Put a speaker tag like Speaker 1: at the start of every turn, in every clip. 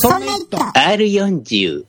Speaker 1: ソンナイト
Speaker 2: R40。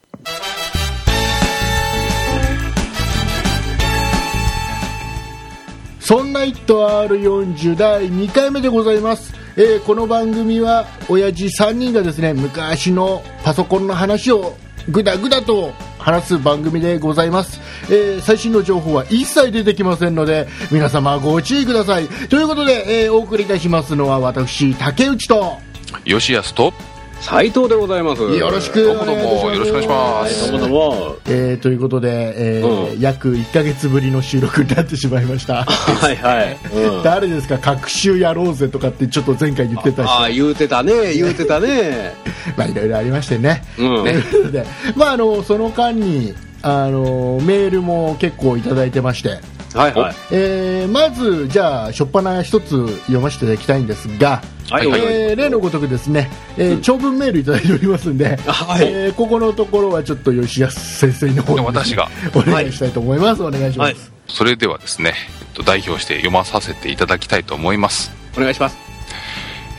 Speaker 3: そんな「イット R40」第2回目でございます、えーこの番組は親父3人がですね昔のパソコンの話をぐだぐだと話す番組でございます、えー最新の情報は一切出てきませんので皆様ご注意くださいということで、えーお送りいたしますのは私竹内と
Speaker 4: 吉安と
Speaker 5: 斉藤でございます。
Speaker 3: よろしく
Speaker 4: どうもどうもよろしくお願いします
Speaker 5: どうもどうも。
Speaker 3: えーということで、えー
Speaker 5: う
Speaker 3: 約1ヶ月ぶりの収録になってしまいました
Speaker 5: はいはい。うん
Speaker 3: 誰ですか、隔週やろうぜとかってちょっと前回言ってたし、
Speaker 5: ああ、言うてたね、言うてたね。
Speaker 3: まあ、いろいろありまして ね。
Speaker 5: うん。
Speaker 3: ということで、まあ、あのその間にあのメールも結構いただいてまして、
Speaker 5: はいはい。
Speaker 3: えーまず、じゃあ、初っ端な一つ読ませていただきたいんですが、
Speaker 5: はいはい
Speaker 3: えー例のごとくですね、えー長文メールいただいておりますんで、
Speaker 5: はい
Speaker 3: えーここのところはちょっと吉安先生の方に
Speaker 4: 私が
Speaker 3: お願いしたいと思います。お願いします。
Speaker 4: それではですね、えっと、代表して読まさせていただきたいと思います
Speaker 5: お願いします。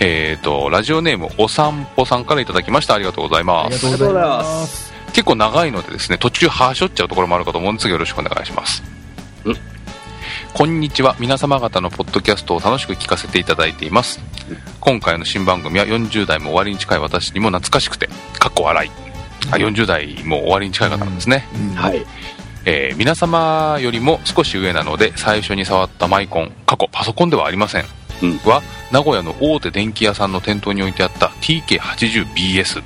Speaker 4: えっ、とラジオネームお散歩さんからいただきましたありがとうござい
Speaker 3: あ
Speaker 4: ま
Speaker 3: りが
Speaker 4: す
Speaker 3: とうございます。
Speaker 4: 結構長いのでですね途中はしょっちゃうところもあるかと思うんですがよろしくお願いします
Speaker 5: うん
Speaker 4: こんにちは皆様方のポッドキャストを楽しく聞かせていただいています今回の新番組は40代も終わりに近い私にも懐かしくてかっこ笑いあ40代も終わりに近い方なんですね、
Speaker 5: はい。
Speaker 4: えー皆様よりも少し上なので最初に触ったマイコン過去パソコンではありません、
Speaker 5: うん
Speaker 4: は名古屋の大手電気屋さんの店頭に置いてあった TK80BS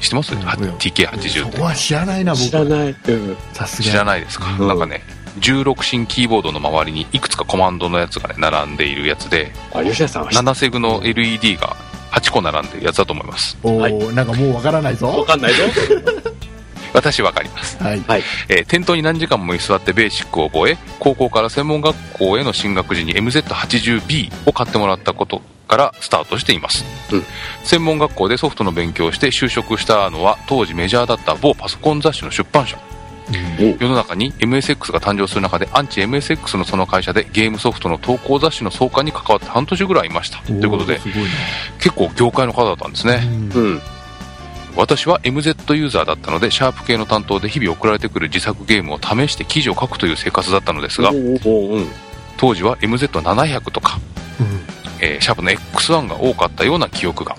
Speaker 4: 知ってます、は
Speaker 3: うん
Speaker 4: TK80
Speaker 3: そ
Speaker 4: って
Speaker 3: こは知らないな、僕。
Speaker 5: ない。うん。
Speaker 3: さすが
Speaker 4: 知らないですか、
Speaker 5: うん
Speaker 4: なんかね16進キーボードの周りにいくつかコマンドのやつがね並んでいるやつで
Speaker 5: あ、吉田さんは知っ
Speaker 4: 7セグの LED が8個並んでいるやつだと思います
Speaker 3: おお、
Speaker 5: はい
Speaker 3: なんかもうわからない
Speaker 5: わ
Speaker 3: ぞ。
Speaker 5: かんないぞ。
Speaker 4: 私わかります
Speaker 3: はい。
Speaker 5: はい。
Speaker 4: えー店頭に何時間も居座ってベーシックを覚え高校から専門学校への進学時に MZ80B を買ってもらったことからスタートしています、
Speaker 5: うん
Speaker 4: 専門学校でソフトの勉強をして就職したのは当時メジャーだった某パソコン雑誌の出版社世の中に MSX が誕生する中でアンチ MSX のその会社でゲームソフトの投稿雑誌の創刊に関わって半年ぐらいいましたということ
Speaker 3: おー
Speaker 4: です
Speaker 3: ごいな
Speaker 4: 結構業界の方だったんですね、
Speaker 5: うん。
Speaker 4: 私は MZ ユーザーだったのでシャープ系の担当で日々送られてくる自作ゲームを試して記事を書くという生活だったのですが
Speaker 5: おおうん。
Speaker 4: 当時は MZ700 とか、えーシャープの X1 が多かったような記憶が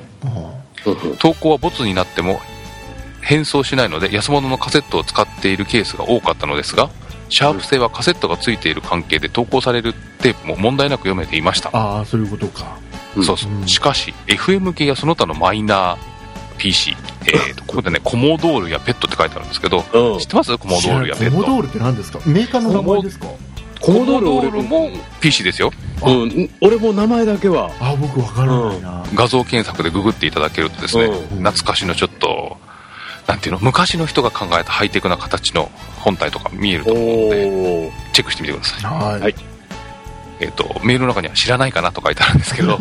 Speaker 4: 投稿はボツになっても変装しないので安物のカセットを使っているケースが多かったのですがシャープ製はカセットが付いている関係で投稿されるテープも問題なく読めていました
Speaker 3: ああ、そういうことか。
Speaker 5: うん
Speaker 4: そうそう
Speaker 3: うん
Speaker 4: しかし FM 系やその他のマイナー PC、えーとここでねコモドールやペットって書いてあるんですけど
Speaker 5: うん
Speaker 4: 知っ。てますコモドールやペッ
Speaker 3: コモド
Speaker 4: ト
Speaker 3: ールって何ですかメーカーの名前ですか
Speaker 5: コモドール
Speaker 4: コモドールも PC ですよ
Speaker 5: 俺、うん。俺も名前だけは。
Speaker 3: ああ、僕わからないな。
Speaker 4: 画像検索でググっていただけるとですね、
Speaker 5: うん
Speaker 4: 懐かしのちょっとなんていうの昔の人が考えたハイテクな形の本体とか見えると思うので
Speaker 5: お。
Speaker 4: チェックしてみてください、
Speaker 3: はい。
Speaker 5: はい
Speaker 4: えっとメールの中には知らないかなと書いてあるんですけ ど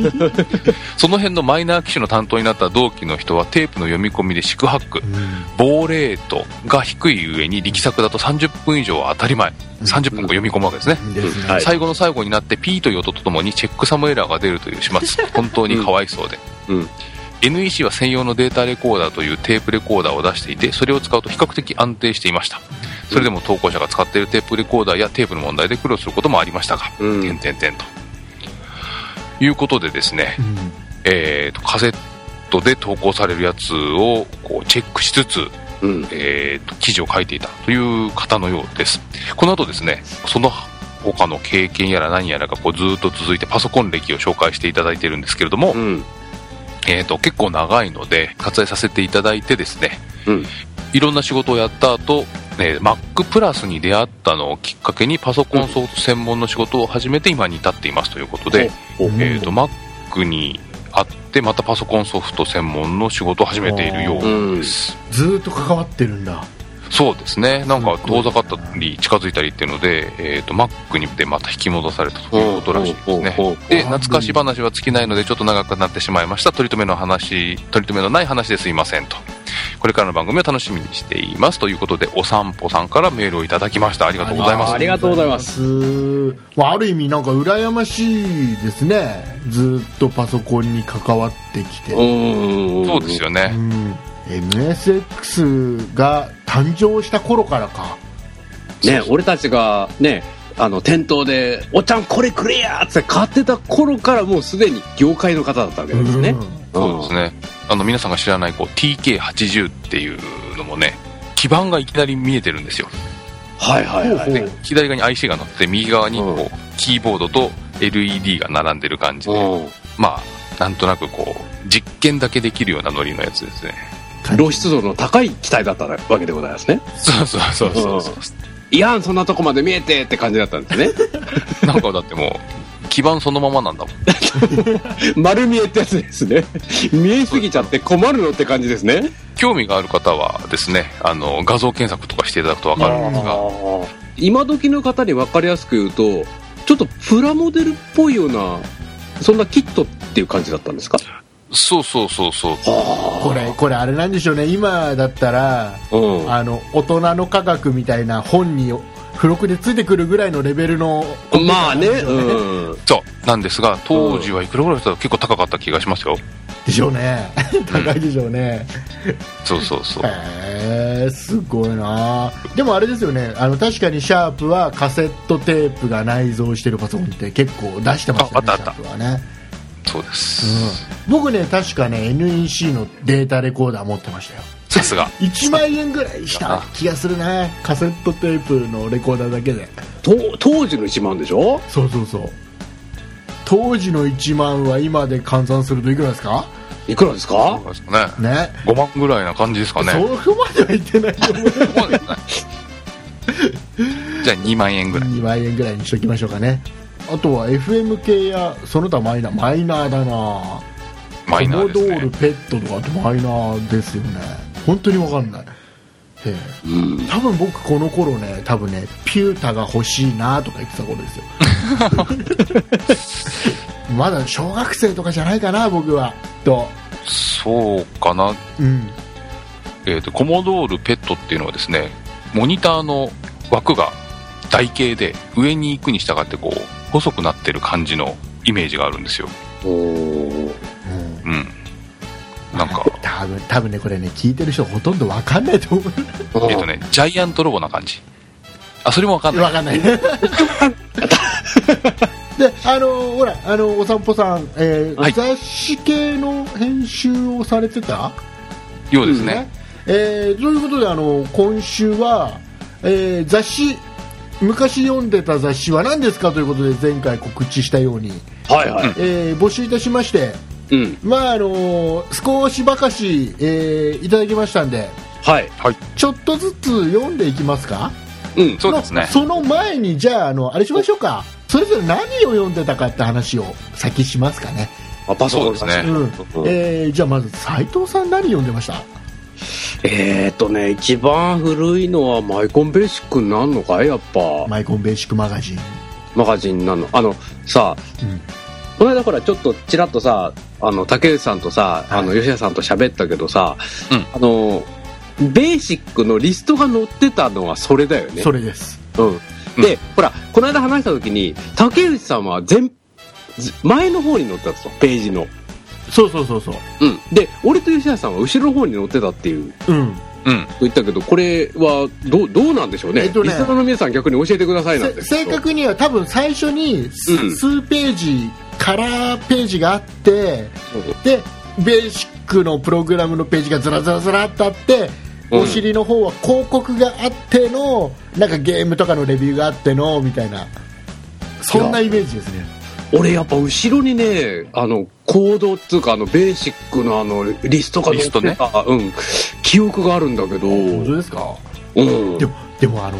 Speaker 4: その辺のマイナー機種の担当になった同期の人はテープの読み込みで四苦八苦
Speaker 3: うん
Speaker 4: 亡霊度が低い上に力作だと30分以上は当たり前30分を読み込むわけですね、
Speaker 3: ですね。
Speaker 5: はい
Speaker 4: 最後の最後になってピーという音とともにチェックサムエラーが出るという始 末本当にかわいそうで、
Speaker 5: うん
Speaker 4: NEC は専用のデータレコーダーというテープレコーダーを出していてそれを使うと比較的安定していましたそれでも投稿者が使っているテープレコーダーやテープの問題で苦労することもありましたが、
Speaker 5: うん
Speaker 4: 点々点ということでですね、えーとカセットで投稿されるやつをこうチェックしつつ、
Speaker 5: うん。
Speaker 4: えーと記事を書いていたという方のようですこの後ですねその他の経験やら何やらがこうずーっと続いてパソコン歴を紹介していただいてるんですけれども、
Speaker 5: うん。
Speaker 4: えー、と結構長いので割愛させていただいてですね
Speaker 5: うん。
Speaker 4: いろんな仕事をやった後、えー Mac プラスに出会ったのをきっかけにパソコンそう専門の仕事を始めて今に至っていますということで、
Speaker 5: おお
Speaker 4: えー、と Mac にあってまたパソコンソフト専門の仕事を始めているようです、
Speaker 3: ずーっと関わってるんだ。
Speaker 4: そうですね、なんか遠ざかったり近づいたりっていうので、えー、と Mac にでまた引き戻されたということらしいです
Speaker 5: おうおうおう
Speaker 4: ね
Speaker 5: おう。
Speaker 4: で、懐かし話は尽きないので、ちょっと長くなってしまいました、取り留めの話、取り留めのない話ですいませんと。これからの番組を楽しみにしていますということでお散歩さんからメールをいただきましたありがとうございます
Speaker 5: ありがとうございます
Speaker 3: まあ、ある意味なんか羨ましいですねずっとパソコンに関わってきて、
Speaker 5: うん
Speaker 4: そうですよね、
Speaker 3: うん、MSX が誕生した頃からか
Speaker 5: ね俺たちがねあの店頭で「おっちゃんこれくれや!」って買ってた頃からもうすでに業界の方だったわけですね、
Speaker 4: そうですねあの皆さんが知らないこう TK80 っていうのもね基板がいきなり見えてるんですよ
Speaker 5: はいはいはい、
Speaker 3: ほう
Speaker 4: で左側に IC が乗って右側に
Speaker 5: う
Speaker 4: こうキーボードと LED が並んでる感じでまあなんとなくこう実験だけできるようなノリのやつですね
Speaker 5: うん露出度の高い機体だったわけでございますね
Speaker 4: そうそうそうそうそ
Speaker 5: いやんそんなとこまで見えてって感じだったんですね
Speaker 4: うなんかだってもう基板そのままなんだもん
Speaker 5: 丸見えってやつですね見えすぎちゃって困るのって感じですね
Speaker 4: 興味がある方はですねあの画像検索とかしていただくと分かるんですが
Speaker 5: 今時の方に分かりやすく言うとちょっとプラモデルっぽいようなそんなキットっていう感じだったんですか
Speaker 4: そうそうそうそう
Speaker 3: これこれあれなんでしょうね今だったら
Speaker 5: うん
Speaker 3: あの大人の科学みたいな本に付録でついてくるぐらいのレベルの
Speaker 5: まあね、うん、
Speaker 4: そうなんですが当時はいくらぐらいだったら結構高かった気がしますよ
Speaker 3: でしょうね高いでしょうね、
Speaker 4: そうそうそう
Speaker 3: へえすごいなでもあれですよねあの確かにシャープはカセットテープが内蔵してるパソコンって結構出してましたね
Speaker 4: ああったあった
Speaker 3: シャープはね、
Speaker 4: そうで
Speaker 3: うん
Speaker 4: す、
Speaker 3: 僕ね確かね NEC のデータレコーダー持ってましたよ
Speaker 4: さすが
Speaker 3: 1万円ぐらいした気がするねカセットテープのレコーダーだけで
Speaker 5: と当時の1万でしょ
Speaker 3: そうそうそう当時の1万は今で換算するといくらですか
Speaker 5: いくらです
Speaker 4: そ
Speaker 5: か
Speaker 4: うですかね
Speaker 3: ね
Speaker 4: 5万ぐらいな感じですかね
Speaker 3: そこまではいってないと思う
Speaker 4: そこまでじゃない じゃあ2万円ぐらい
Speaker 3: 2万円ぐらいにしときましょうかねあとは FM 系やその他マイナーマイナーだな
Speaker 4: マイナーです
Speaker 3: コモドール
Speaker 4: ね
Speaker 3: ペットとかってマイナーですよね本当にわかんないええ
Speaker 5: うん
Speaker 3: 多分僕この頃ね多分ねピュータが欲しいなとか言ってた頃ですよ まだ小学生とかじゃないかな僕はと
Speaker 4: そうかな
Speaker 3: うん
Speaker 4: えーとコモドールペットっていうのはですねモニターの枠が台形で上に行くに従ってこう細くなってる感じのイメージがあるんですよ
Speaker 5: お
Speaker 3: うん
Speaker 4: うんなんか
Speaker 3: 多分多分ねこれね聞いてる人ほとんどわかんないと思う
Speaker 4: えっ、とねジャイアントロボな感じあそれもわかんない
Speaker 3: わかん ないねであのほらあのお散歩さん、えー
Speaker 4: はい
Speaker 3: 雑誌系の編集をされてた
Speaker 4: ようですね、
Speaker 3: えーということであの今週は、えー雑誌昔読んでた雑誌は何ですかということで前回告知したように、
Speaker 5: はいはい
Speaker 3: えー募集いたしまして、
Speaker 5: うん
Speaker 3: まああの少しばかし、えーいただきましたんで
Speaker 5: はい
Speaker 3: ちょっとずつ読んでいきますか
Speaker 5: うん
Speaker 4: そうです
Speaker 3: まあ
Speaker 4: ね
Speaker 3: その前にじゃああのあれしましょうかそれぞれ何を読んでたかって話を先しますかね、
Speaker 5: あパソコン
Speaker 4: そうですね
Speaker 3: うん
Speaker 5: うん
Speaker 3: えーじゃあまず斉藤さん何読んでました
Speaker 5: えーっとね一番古いのはマイコンベーシックになんのかいやっぱ
Speaker 3: マイコンベーシックマガジン、
Speaker 5: マガジンなのあのさ
Speaker 3: うん
Speaker 5: この間ほらちょっとちらっとさあの竹内さんとさ、
Speaker 3: はい
Speaker 5: あの吉田さんと喋ったけどさ、
Speaker 4: うん
Speaker 5: あのベーシックのリストが載ってたのはそれだよね
Speaker 3: それです
Speaker 5: うん、で、ほらこの間話した時に竹内さんは前前の方に載ってたんですよページの、
Speaker 3: そうそうそうそう
Speaker 5: うん、で俺と吉田さんは後ろの方に載ってたっていう
Speaker 3: うん
Speaker 4: うん
Speaker 5: 言ったけどこれはどうどうなんでしょうね,、
Speaker 3: えっとね
Speaker 5: リスナーの皆さん逆に教えてくださいなん
Speaker 3: せ
Speaker 5: て
Speaker 3: 正確には多分最初にす
Speaker 5: うん
Speaker 3: 数ページカラーページがあってでベーシックのプログラムのページがずらずらずらっとあって
Speaker 5: うん
Speaker 3: お尻の方は広告があってのなんかゲームとかのレビューがあってのみたいなそんなイメージですね
Speaker 5: 俺やっぱ後ろにねあのコードっていうかあのベーシックのあのリストが載ってた
Speaker 4: リス
Speaker 5: うん、記憶があるんだけど、うん、
Speaker 3: ですかでもでもあの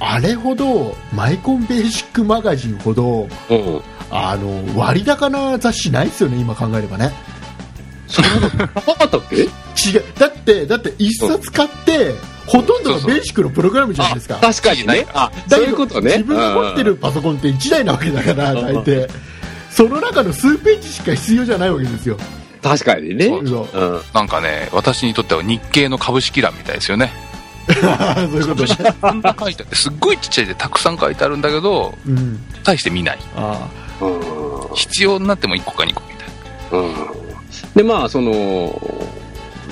Speaker 3: あれほどマイコンベーシックマガジンほど
Speaker 5: うん
Speaker 3: あの割高な雑誌ないですよね今考えればね
Speaker 5: そんなことなかったっけ
Speaker 3: 違うだってだって一冊買ってほとんどが
Speaker 4: そうそう
Speaker 3: ベーシックのプログラムじゃないですか
Speaker 5: あ 確かに
Speaker 4: ない
Speaker 5: ね
Speaker 4: か
Speaker 5: あ
Speaker 3: だ
Speaker 5: そう
Speaker 3: け
Speaker 5: いう
Speaker 3: ど
Speaker 5: ことね
Speaker 3: 自分が持ってるパソコンって1台なわけだから大抵その中の数ページしか必要じゃないわけですよ
Speaker 5: 確かにね。。
Speaker 4: そううん
Speaker 3: そう
Speaker 4: なんかね、私にとっては日経の株式欄みたいですよね。
Speaker 3: そういうことね、
Speaker 4: こんな書いてあって、すっごいちっちゃいでたくさん書いてあるんだけど、
Speaker 3: うん、
Speaker 4: 大して見ない。
Speaker 3: あ
Speaker 4: 必要になっても1個か2個みたいな。
Speaker 5: うん。で、まあ、その、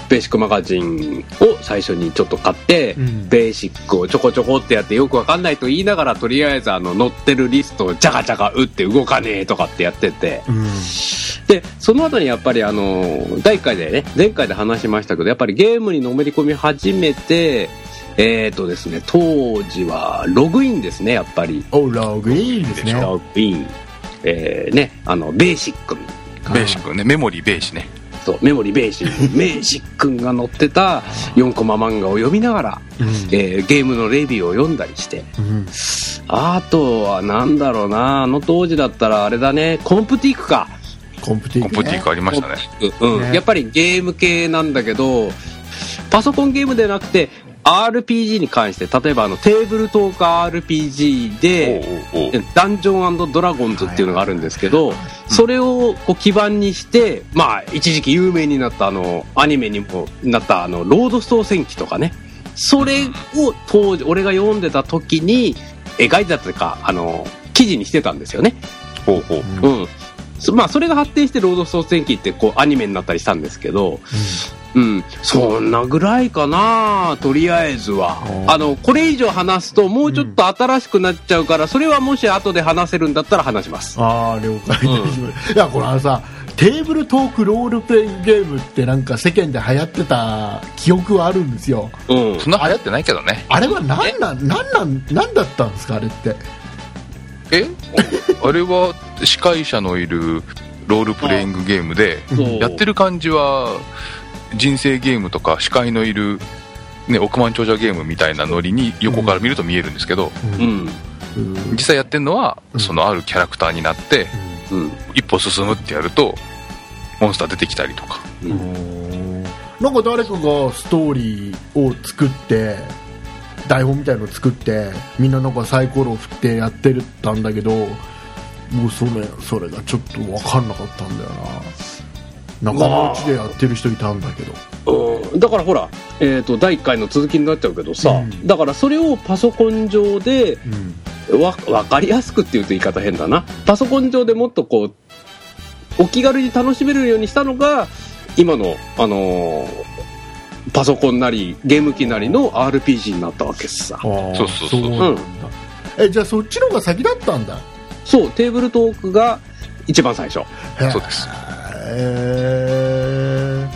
Speaker 5: ベーシックマガジンを最初にちょっと買って、
Speaker 3: うん
Speaker 5: ベーシックをちょこちょこってやってよくわかんないと言いながら、とりあえずあの、載ってるリストをジャカジャカ打って動かねえとかってやってて、
Speaker 3: うん
Speaker 5: で、その後にやっぱりあの、第1回でね、前回で話しましたけど、やっぱりゲームにのめり込み始めて、えーとですね、当時はログインですね、やっぱり。
Speaker 3: おログインですね
Speaker 5: ログイン。えーね、あの、ベーシック
Speaker 4: ベーシックね、メモリーベーシね。
Speaker 5: そう、メモリーベ ーシック、メーシックンが載ってた4コマ漫画を読みながら、えーゲームのレビューを読んだりして、
Speaker 3: うん
Speaker 5: あとはなんだろうな、あの当時だったらあれだね、コンプティークか。
Speaker 3: コンプティー
Speaker 4: コンプ
Speaker 3: ク
Speaker 4: ティ
Speaker 3: ね
Speaker 4: ークありましたね。
Speaker 5: うん、
Speaker 3: ね
Speaker 5: やっぱりゲーム系なんだけど、パソコンゲームでなくて、RPG に関して、例えばあのテーブルトーク RPG で、
Speaker 4: おうおうおう
Speaker 5: ダンジョンドラゴンズっていうのがあるんですけど、それをこう基盤にして、まあ、一時期有名になったあの、アニメにもなったあの、ロードストー戦記とかね、それを当時、俺が読んでた時に、描いてたというか、あの、記事にしてたんですよね。
Speaker 4: ほうほう。
Speaker 3: うん
Speaker 5: うん。そまあ、それが発展して、ロードストー戦記ってこう、アニメになったりしたんですけど、うん、そんなぐらいかなとりあえずは
Speaker 3: お。ー
Speaker 5: あの、これ以上話すと、もうちょっと新しくなっちゃうから、それはもし後で話せるんだったら話します。
Speaker 3: ああ了解です、いやこれあのさテーブルトークロールプレイングゲームってなんか世間で流行ってた記憶はあるんですよ
Speaker 5: うん。
Speaker 4: そんな流行ってないけどね。
Speaker 3: あれは何なん何なん何だったんですかあれって
Speaker 4: え あれは司会者のいるロールプレイングゲームで、
Speaker 5: そう
Speaker 4: やってる感じは人生ゲームとか司会のいる、ね、億万長者ゲームみたいなノリに横から見ると見えるんですけど、
Speaker 5: うん。
Speaker 3: うん
Speaker 4: 実際やってるのは、
Speaker 3: うん
Speaker 4: そのあるキャラクターになって
Speaker 5: うん。
Speaker 4: 一歩進むってやるとモンスター出てきたりとか
Speaker 3: なんか誰かがストーリーを作って台本みたいのを作ってみんななんかサイコロを振ってやってるったんだけどもうそれそれがちょっと分かんなかったんだよな仲間内でやってる人いたんだけど、
Speaker 5: だからほら、えっ、と、第1回の続きになっちゃうけどさ、
Speaker 3: うん
Speaker 5: だからそれをパソコン上で、
Speaker 3: うん
Speaker 5: わ、わかりやすくっていうと言い方変だな。パソコン上でもっとこう、お気軽に楽しめるようにしたのが、今の、あのーパソコンなり、ゲーム機なりの RPG になったわけさ。
Speaker 3: ああ
Speaker 4: そうそうそう
Speaker 3: なんだ、えじゃあそっちの方が先だったんだ
Speaker 5: そう、テーブルトークが一番最初。
Speaker 4: そうです
Speaker 3: へえ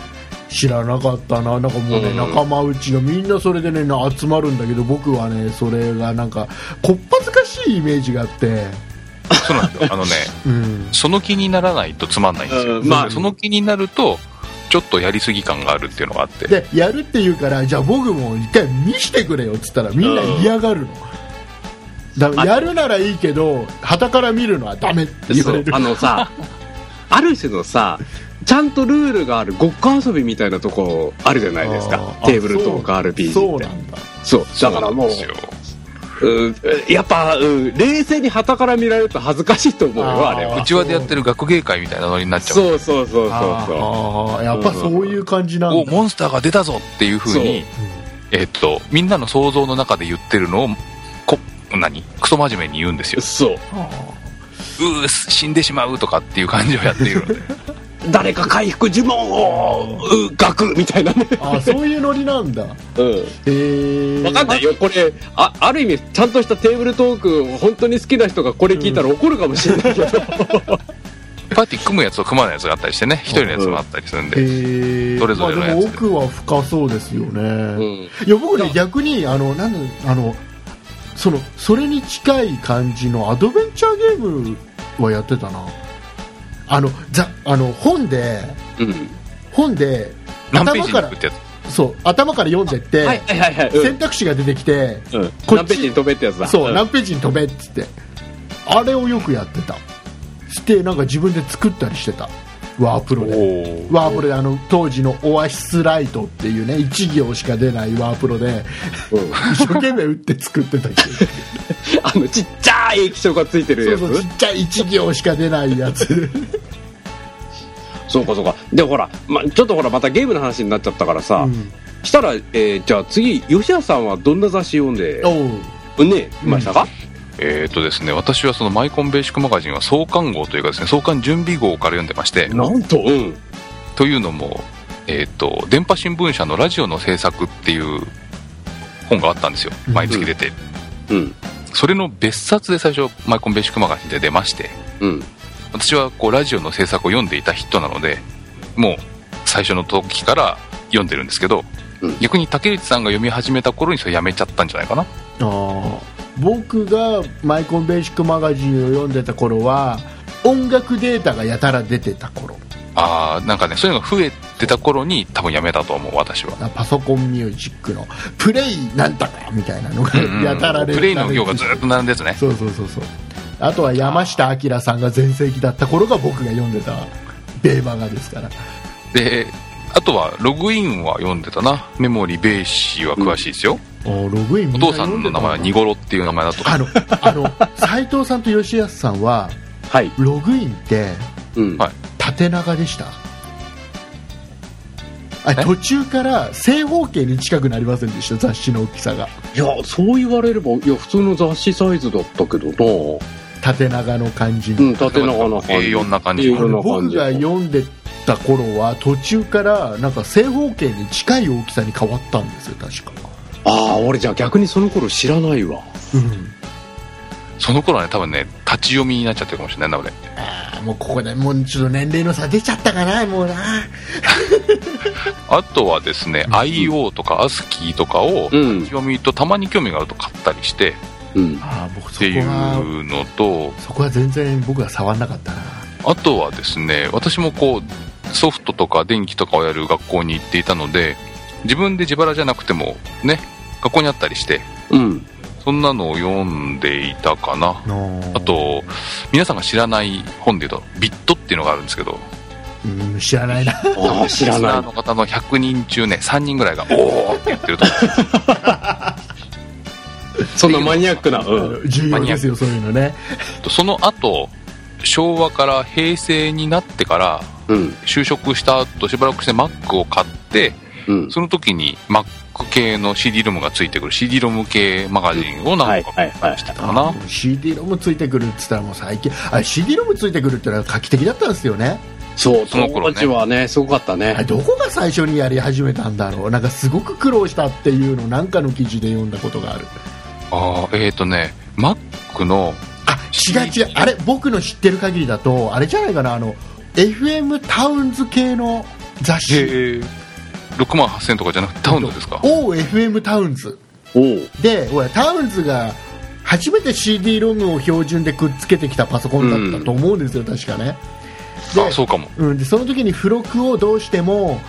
Speaker 3: 知らなかったななんかもうね、
Speaker 5: うん
Speaker 3: 仲間内がみんなそれでねな集まるんだけど僕はねそれがなんかこっぱずかしいイメージがあって、
Speaker 4: そうなんですよあのね
Speaker 3: うん、
Speaker 4: その気にならないとつまんないんですよ、
Speaker 5: うんまあ
Speaker 4: その気になるとちょっとやりすぎ感があるっていうのがあって
Speaker 3: でやるって言うからじゃあ僕も一回見してくれよっつったらみんな嫌がるの。だ
Speaker 5: あ
Speaker 3: やるならいいけど旗から見るのはダメって言わ
Speaker 5: そ
Speaker 3: れ
Speaker 5: う
Speaker 3: る
Speaker 5: あのさある種のさちゃんとルールがあるごっこ遊びみたいなとこあるじゃないですか
Speaker 3: あ
Speaker 5: テーブルとか RPG って
Speaker 3: そうなんだ
Speaker 5: そうだからもう
Speaker 4: そうなんですよ
Speaker 5: うんやっぱ、うん冷静に旗から見られると恥ずかしいと思うよ
Speaker 3: あー
Speaker 5: あれ
Speaker 4: う
Speaker 5: は
Speaker 4: ちわでやってる学芸会みたいなノリになっちゃう
Speaker 5: そうそうそうそうそ
Speaker 3: ああやっぱそういう感じなんだ、
Speaker 4: おモンスターが出たぞっていう風にえっとみんなの想像の中で言ってるのをこ何クソ真面目に言うんですよ
Speaker 5: うそう
Speaker 4: うー死んでしまうとかっていう感じをやっているので
Speaker 5: 誰か回復呪文をう学みたいなね、
Speaker 3: あそういうノリなんだ
Speaker 5: う
Speaker 3: へえ
Speaker 5: ん、分かんないよこれあある意味ちゃんとしたテーブルトークを本当に好きな人がこれ聞いたら怒るかもしれないけど、
Speaker 4: パーティー組むやつと組まないやつがあったりしてね一人のやつもあったりするんで、
Speaker 3: へえ
Speaker 4: それぞれの
Speaker 3: まあ、
Speaker 4: やつ
Speaker 3: でも奥は深そうですよね、
Speaker 5: うん
Speaker 3: いや僕ね逆にあのなんだあのそのそれに近い感じのアドベンチャーゲームはやってたなあのざあの本で
Speaker 5: うん
Speaker 3: 本で
Speaker 4: 何ページ
Speaker 3: 頭
Speaker 4: に
Speaker 3: か
Speaker 4: 行
Speaker 3: ら
Speaker 4: くってやつ
Speaker 3: そう頭から読んでって、
Speaker 5: はいはいはいはい、うん
Speaker 3: 選択肢が出てきて、
Speaker 5: うん
Speaker 3: こっち
Speaker 5: 何ページに飛べってやつだ
Speaker 3: そう、
Speaker 5: ん
Speaker 3: 何ページに飛べっつってあれをよくやってたしてなんか自分で作ったりしてたワープロでワープロであの当時のオアシスライトっていうね1行しか出ないワープロで
Speaker 5: うん
Speaker 3: 一生懸命打って作ってたけ
Speaker 5: あのちっちゃい液晶がついてる
Speaker 3: ど
Speaker 5: やつ
Speaker 3: そうそうちっちゃい1行しか出ないやつ
Speaker 5: そうかそうかでほら、まあ、ちょっとほらまたゲームの話になっちゃったからさ、
Speaker 3: うん
Speaker 5: したら、えーじゃあ次吉田さんはどんな雑誌読んで
Speaker 3: おう
Speaker 5: ねいましたか、
Speaker 4: えっ、とですね、私はそのマイコンベーシックマガジンは創刊号というかですね、創刊準備号から読んでまして、
Speaker 5: なんとうん
Speaker 4: というのも、えっ、と、電波新聞社のラジオの制作っていう本があったんですよ。毎月出て。
Speaker 5: うん
Speaker 4: それの別冊で最初、マイコンベーシックマガジンで出まして、
Speaker 5: うん
Speaker 4: 私はこうラジオの制作を読んでいた人なので、もう最初の時から読んでるんですけど、
Speaker 5: うん
Speaker 4: 逆に竹内さんが読み始めた頃にそれやめちゃったんじゃないかな。
Speaker 3: あー僕がマイコンベーシックマガジンを読んでた頃は音楽データがやたら出てた頃
Speaker 4: ああ、なんかね、そういうのが増えてた頃に多分やめたと思う、私は。
Speaker 3: あパソコンミュージックのプレイなんだかみたいなのが
Speaker 4: うん
Speaker 3: やたら出てた
Speaker 4: プレイの行がずっと並んでやつね
Speaker 3: そうそうそうそうあとは山下明さんが全盛期だった頃が僕が読んでた米漫画ですから
Speaker 4: であとはログインは読んでたなメモリベーシーは詳しいですよ、
Speaker 3: おログイン
Speaker 4: お父さんの名前はニゴロっていう名前だと
Speaker 3: あのあの斉藤さんと吉安さんは
Speaker 5: はい
Speaker 3: ログインって
Speaker 5: うん、
Speaker 4: はい
Speaker 3: 縦長でしたあ
Speaker 4: え
Speaker 3: 途中から正方形に近くなりませんでした雑誌の大きさが
Speaker 5: い、やそう言われればいや普通の雑誌サイズだったけど
Speaker 3: 縦長の感じに、
Speaker 5: なうん縦長の感じ
Speaker 4: A4 な感じ
Speaker 5: A4 な感
Speaker 3: 僕
Speaker 5: じ
Speaker 3: が読んでた頃は途中からなんか正方形に近い大きさに変わったんですよ確か、
Speaker 5: ああ俺じゃあ逆にその頃知らないわ
Speaker 3: うん、
Speaker 4: その頃はね多分ね立ち読みになっちゃってるかもしれないなので
Speaker 3: あーもうここでもうちょっと年齢の差出ちゃったかなもうな
Speaker 4: あとはですね、IO とか ASCII とかを立
Speaker 5: うん
Speaker 4: ち読みとたまに興味があると買ったりして
Speaker 5: うん
Speaker 3: あー僕そ
Speaker 4: ってい
Speaker 3: こは
Speaker 4: うのと
Speaker 3: そこは全然僕は触んなかったな
Speaker 4: あとはですね私もこうソフトとか電気とかをやる学校に行っていたので自分で自腹じゃなくてもね学校にあったりして
Speaker 5: うん
Speaker 4: そんなのを読んでいたかなあと、皆さんが知らない本で言うと、ビットっていうのがあるんですけど、
Speaker 3: うん知らないな
Speaker 5: ああ知ら
Speaker 4: リスナ
Speaker 5: な
Speaker 4: ーの方の100人中ね、3人ぐらいが、おーって言ってると思う。
Speaker 5: い そんなマニアックなうん
Speaker 3: 重要ですよそういうのね
Speaker 4: その後、昭和から平成になってから、
Speaker 5: うん
Speaker 4: 就職した後、しばらくして Mac を買って、
Speaker 5: うん
Speaker 4: その時に Mac 系の CD ロムがついてくる CD ロム系マガジンを
Speaker 5: は
Speaker 4: 何
Speaker 5: い
Speaker 4: 個
Speaker 5: はい
Speaker 4: か
Speaker 5: はい
Speaker 4: してたかな。
Speaker 3: CD ロムついてくるっつったらもう最近あ CD ロムついてくるってのは画期的だったんですよね
Speaker 5: そう
Speaker 4: その頃ね
Speaker 5: 当時はねすごかった
Speaker 3: あれ
Speaker 5: ね
Speaker 3: どこが最初にやり始めたんだろうなんかすごく苦労したっていうのなんかの記事で読んだことがある
Speaker 4: あーえっ、ー、とね、Mac の、
Speaker 3: あ違う違うあれ僕の知ってる限りだとあれじゃないかなあの FM タウンズ系の雑誌
Speaker 4: 6万8000とかじゃなくてタウンドですか
Speaker 3: を FM タウンズ
Speaker 5: おう
Speaker 3: でほらタウンズが初めて CD ロムを標準でくっつけてきたパソコンだったと思うんですよ、確かねで
Speaker 4: あ、そうかも。
Speaker 3: うん、でその時に付録をどうしても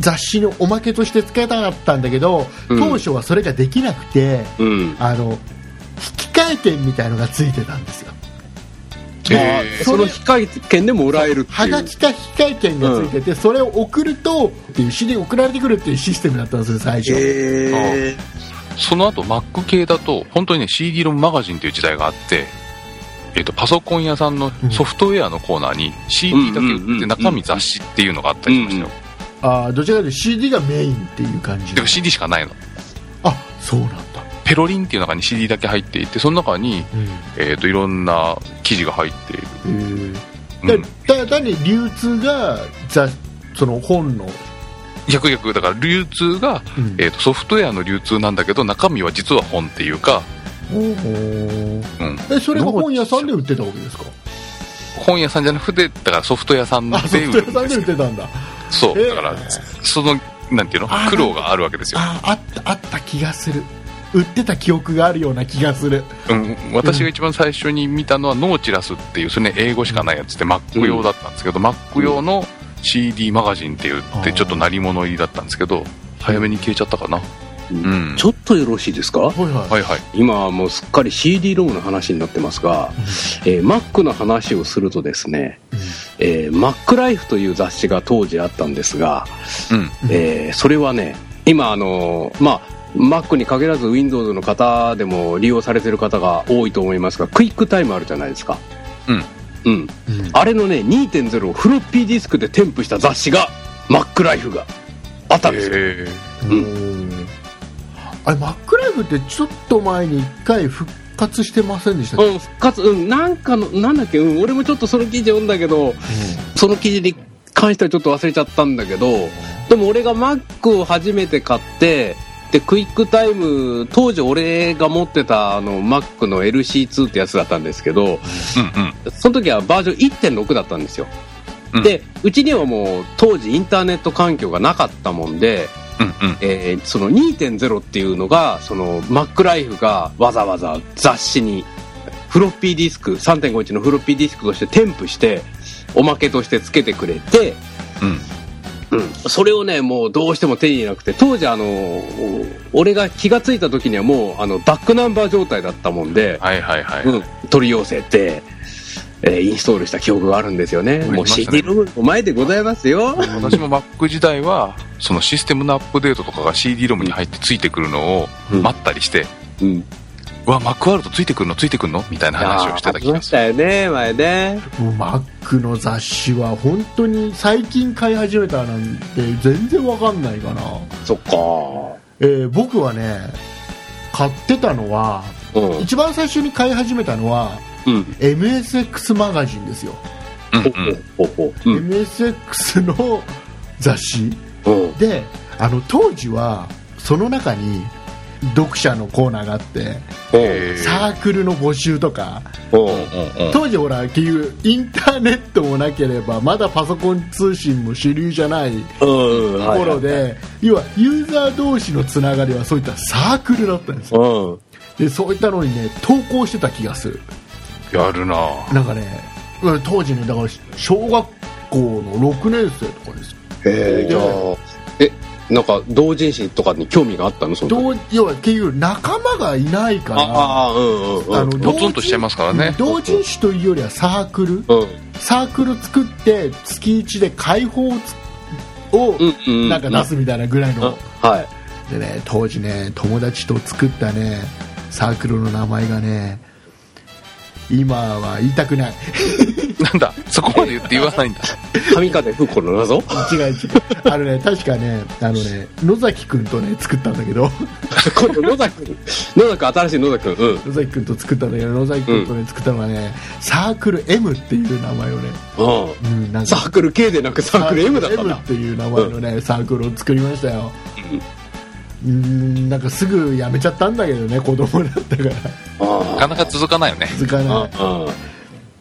Speaker 3: 雑誌のおまけとしてつけたかったんだけど
Speaker 5: うん
Speaker 3: 当初はそれができなくて、
Speaker 5: うん
Speaker 3: あの引き換え券みたいのがついてたんですよ
Speaker 5: まあ
Speaker 4: えー
Speaker 5: その非会見でも売られるって
Speaker 3: は
Speaker 5: いう
Speaker 3: がきか引き換え券がついてて、それを送るとっていう詩で送られてくるっていうシステムだったんですよ最初、
Speaker 5: え
Speaker 4: その後 Mac 系だと本当にね CD ロムマガジンという時代があって、えっとパソコン屋さんのソフトウェアのコーナーに CD だけ売って中身雑誌っていうのがあったりしましたよ、
Speaker 5: うん
Speaker 3: あーどちらかというと CD がメインっていう感じ
Speaker 4: てか CD しかないの
Speaker 3: あそうなんだ、
Speaker 4: ペロリンっていう中に CD だけ入っていてその中に、えっといろんな記事が入っている、
Speaker 3: うん
Speaker 4: う
Speaker 3: だ
Speaker 4: ん、
Speaker 3: だ単に流通がざその本の
Speaker 4: 逆逆だから流通が、
Speaker 3: うん
Speaker 4: えっとソフトウェアの流通なんだけど中身は実は本っていうか、うん、
Speaker 3: えそれが本屋さんで売ってたわけですか
Speaker 4: 本屋さんじゃなくてだからソフトウェアさんで
Speaker 3: あソ
Speaker 4: 売
Speaker 3: フト
Speaker 4: るん
Speaker 3: ウェアさんです売
Speaker 4: でよ
Speaker 3: ってたんだ
Speaker 4: そう
Speaker 3: えー
Speaker 4: だからそのなんていうの
Speaker 3: あー
Speaker 4: 苦労があるわけですよ
Speaker 3: ああったあった気がする売ってた記憶があるような気がする
Speaker 4: うん、私が一番最初に見たのは「ノーチラス」っていうそれね英語しかないやつで Mac 用だったんですけど、Mac 用の CD マガジンって言って
Speaker 3: あー
Speaker 4: ちょっと鳴り物入りだったんですけど早めに消えちゃったかな
Speaker 5: う
Speaker 4: うんん
Speaker 5: ちょっとよろしいですか
Speaker 3: はいはい、
Speaker 4: はいはい
Speaker 5: 今はもうすっかり CD ロムの話になってますが、えー Mac の話をするとですね、えー、Mac ライフという雑誌が当時あったんですが、
Speaker 4: うん
Speaker 5: えーそれはね今あのーまあ Mac に限らず Windows の方でも利用されてる方が多いと思いますがクイックタイムあるじゃないですか、
Speaker 4: うん
Speaker 5: うん。
Speaker 3: うん
Speaker 5: あれのね、2.0をフロッピーディスクで添付した雑誌が、マックライフがあったんですよ。
Speaker 4: え
Speaker 5: うん
Speaker 3: うんあれマックライフってちょっと前に1回復活してませんでしたっけ
Speaker 5: うん、復活、うん、なんかの、なんだっけ、うん、俺もちょっとその記事読んだけど、その記事に関してはちょっと忘れちゃったんだけど、でも俺が Mac を初めて買って、で、クイックタイム、当時俺が持ってたあの Mac の LC2 ってやつだったんですけど、
Speaker 4: うんうん
Speaker 5: その時はバージョン1.6だったんですよ。
Speaker 4: うん
Speaker 5: で、うちにはもう当時インターネット環境がなかったもんで、
Speaker 4: うん
Speaker 5: えーその2.0っていうのが、そのマックライフがわざわざ雑誌にフロッピーディスク、3.5インチのフロッピーディスクとして添付して、おまけとして付けてくれて、
Speaker 4: うん
Speaker 5: うん、それをね、もうどうしても手に入れなくて、当時あの、お俺が気がついた時にはもうあのバックナンバー状態だったもんで、
Speaker 4: はいはいはい、
Speaker 5: うん、取り寄せて、えーインストールした記憶があるんですよね。
Speaker 4: り
Speaker 5: もう
Speaker 4: ましたね
Speaker 5: CD ロムの前でございますよ。
Speaker 4: 私も Mac 時代はそのシステムのアップデートとかが CD ロムに入ってついてくるのを
Speaker 5: うん
Speaker 4: 待ったりして、
Speaker 5: うん。
Speaker 4: うわマックワールドついてくるのついてくるのみたいな話をしてた
Speaker 5: あ
Speaker 4: 気
Speaker 5: りま
Speaker 4: が
Speaker 5: し
Speaker 4: する
Speaker 5: たよね、前ね。
Speaker 3: もうマックの雑誌は本当に最近買い始めたなんて全然わかんないかな、
Speaker 5: そっか。
Speaker 3: えー僕はね買ってたのは
Speaker 5: うん。
Speaker 3: 一番最初に買い始めたのは
Speaker 5: うん。
Speaker 3: MSX マガジンですよ、
Speaker 4: うんうん
Speaker 5: ほうほうほう。うん。
Speaker 3: MSX の雑誌
Speaker 5: うん。
Speaker 3: であの当時はその中に読者のコーナーがあって
Speaker 4: へー
Speaker 3: サークルの募集とか
Speaker 5: うん。
Speaker 4: うんうん
Speaker 3: 当時ほらっていうインターネットもなければまだパソコン通信も主流じゃない
Speaker 5: うん。
Speaker 3: ところで、要はユーザー同士のつながりはそういったサークルだったんですよ
Speaker 5: うん。
Speaker 3: でそういったのにね投稿してた気がする
Speaker 4: やるなぁ
Speaker 3: なんかねうん当時ねだから小学校の6年生とかですよ
Speaker 5: えじゃあ、え、なんか同人誌とかに興味があったのその時
Speaker 3: どう要はっていう仲間がいないから
Speaker 5: ああ、うんうんうん。
Speaker 3: あの
Speaker 4: ポツンとしちゃいますからね
Speaker 3: 同人誌というよりはサークル
Speaker 5: うん。
Speaker 3: サークル作って月1で開放をつを
Speaker 5: うんうん。
Speaker 3: なんか出すみたいなぐらい
Speaker 5: うん。
Speaker 3: の、
Speaker 5: はい。
Speaker 3: でね当時ね友達と作ったねサークルの名前がね今は言いたくない
Speaker 4: なんだそこまで言って言わ ないんだ
Speaker 5: 神風風子の謎
Speaker 3: 違う違うあのね確かねあのね野崎君とね作ったんだけど
Speaker 5: 今度野崎君野崎新しい野崎君うん
Speaker 3: 野崎君と作ったんだけど野崎君とね作ったのはねサークル M っていう名前をね、
Speaker 5: う
Speaker 3: うん、なん
Speaker 5: んサークル K でなくサークル M だったん
Speaker 3: M
Speaker 5: だ
Speaker 3: っていう名前のね、サークルを作りましたようんなんかすぐやめちゃったんだけどね子供だったから
Speaker 4: なかなか続かないよね
Speaker 3: 続かない
Speaker 5: うんうん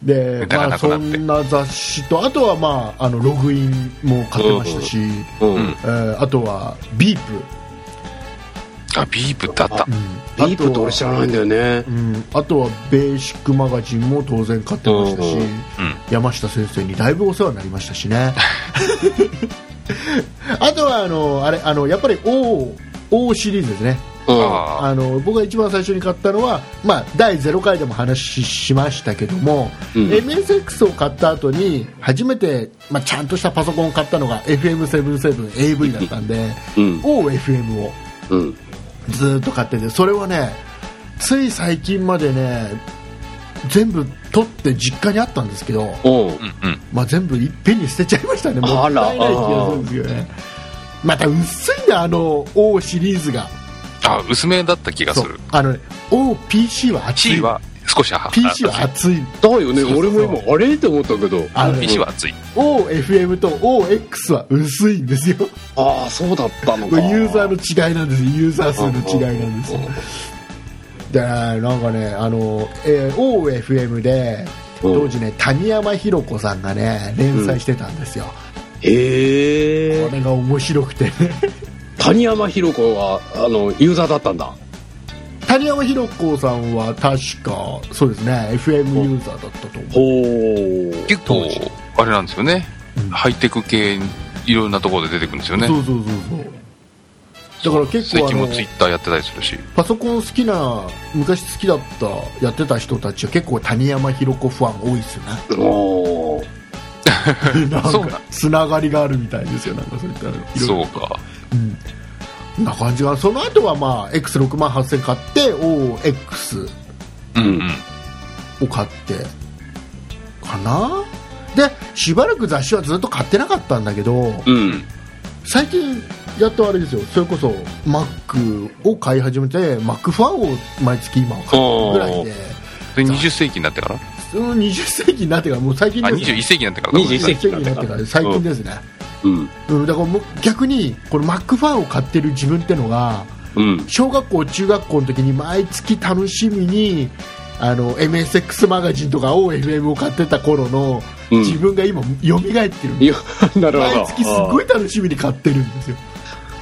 Speaker 3: で
Speaker 4: ネ、タが
Speaker 3: まあ、
Speaker 4: なくな
Speaker 3: そ
Speaker 4: って
Speaker 3: んな雑誌とあとは、まあ、あのログインも買ってましたし、
Speaker 5: うん
Speaker 4: うん
Speaker 3: えーあとはビープ、
Speaker 4: あビープってあった
Speaker 3: うん、
Speaker 5: ビープって俺知らないんだよね
Speaker 3: あとは,、うん、あとはベーシックマガジンも当然買ってましたし、
Speaker 5: うんうん
Speaker 3: 山下先生にだいぶお世話になりましたしね あとはあのあれあのやっぱり O, o シリーズですね
Speaker 5: うん
Speaker 4: あ
Speaker 3: あの僕が一番最初に買ったのは、まあ、第0回でも話ししましたけども、
Speaker 5: うん
Speaker 3: MSX を買った後に初めて、まあ、ちゃんとしたパソコンを買ったのが FM77AV だったんで、
Speaker 5: うん
Speaker 3: OFM を
Speaker 5: うん
Speaker 3: ずーっと買っててそれはねつい最近までね全部取って実家にあったんですけど、
Speaker 5: うん
Speaker 4: ーうんうん
Speaker 3: まあ、全部いっぺんに捨てちゃいましたねもったいない気がするんですよねまた薄いなあの O シリーズが。
Speaker 4: あ薄めだった気がす
Speaker 3: そう
Speaker 4: る
Speaker 3: あのね OPC は熱い
Speaker 4: C は少しは
Speaker 3: PC は熱い
Speaker 5: だよね
Speaker 3: そうそう
Speaker 5: 俺
Speaker 3: そう
Speaker 5: も今あれって思ったけど
Speaker 3: あのね
Speaker 4: PC は熱い
Speaker 3: OFM と OX は薄いんですよ
Speaker 5: ああそうだったの
Speaker 3: こ
Speaker 5: か
Speaker 3: れユーザーの違いなんですよユーザー数の違いなんですよでなんかねあの、えー OFM で
Speaker 5: うん
Speaker 3: 当時ね谷山ひろ子さんがね連載してたんですよ、
Speaker 5: へ
Speaker 3: こ
Speaker 5: え
Speaker 3: れが面白くて ね
Speaker 5: 谷山ひろ子はあのユーザーだったんだ
Speaker 3: 谷山ひろ子さんは確かそうですね FM ユーザーだったと思う
Speaker 5: ほう
Speaker 4: 結構あれなんですよね、ハイテク系いろんなところで出てくるんですよね
Speaker 3: そうそうそうそうだから結
Speaker 4: 最
Speaker 3: 構あ
Speaker 4: 近
Speaker 3: の
Speaker 4: もツイッターやってたりするし
Speaker 3: パソコン好きな昔好きだったやってた人たちは結構谷山ひろ子ファン多いですよね
Speaker 5: おー
Speaker 3: なん
Speaker 4: そうな
Speaker 3: かつながりがあるみたいですよなんかそういったのいろい
Speaker 4: そ
Speaker 3: ろ
Speaker 4: うか
Speaker 3: そんな感じがその後はまあ X6 万8000買って OX
Speaker 4: うんうん
Speaker 3: を買ってかなでしばらく雑誌はずっと買ってなかったんだけど
Speaker 5: うん。
Speaker 3: 最近やっとあれですよそれこそ Mac を買い始めて Mac ファンを毎月今は買ってるぐらいで
Speaker 4: で20世紀になってから
Speaker 3: その20世紀になってからもう最近
Speaker 4: あ
Speaker 3: ですね
Speaker 4: 21世紀になってからか
Speaker 5: 21世紀
Speaker 3: 世紀になってから最近ですね、
Speaker 5: うん。
Speaker 3: うん、だからもう逆にこの Mac ファンを買ってる自分ってのが
Speaker 5: うん。
Speaker 3: 小学校中学校の時に毎月楽しみにあの MSX マガジンとか OFM を買ってた頃の
Speaker 5: うん
Speaker 3: 自分が今蘇ってる、
Speaker 5: いや、 なるほど。
Speaker 3: 毎月すごい楽しみに買ってるんですよ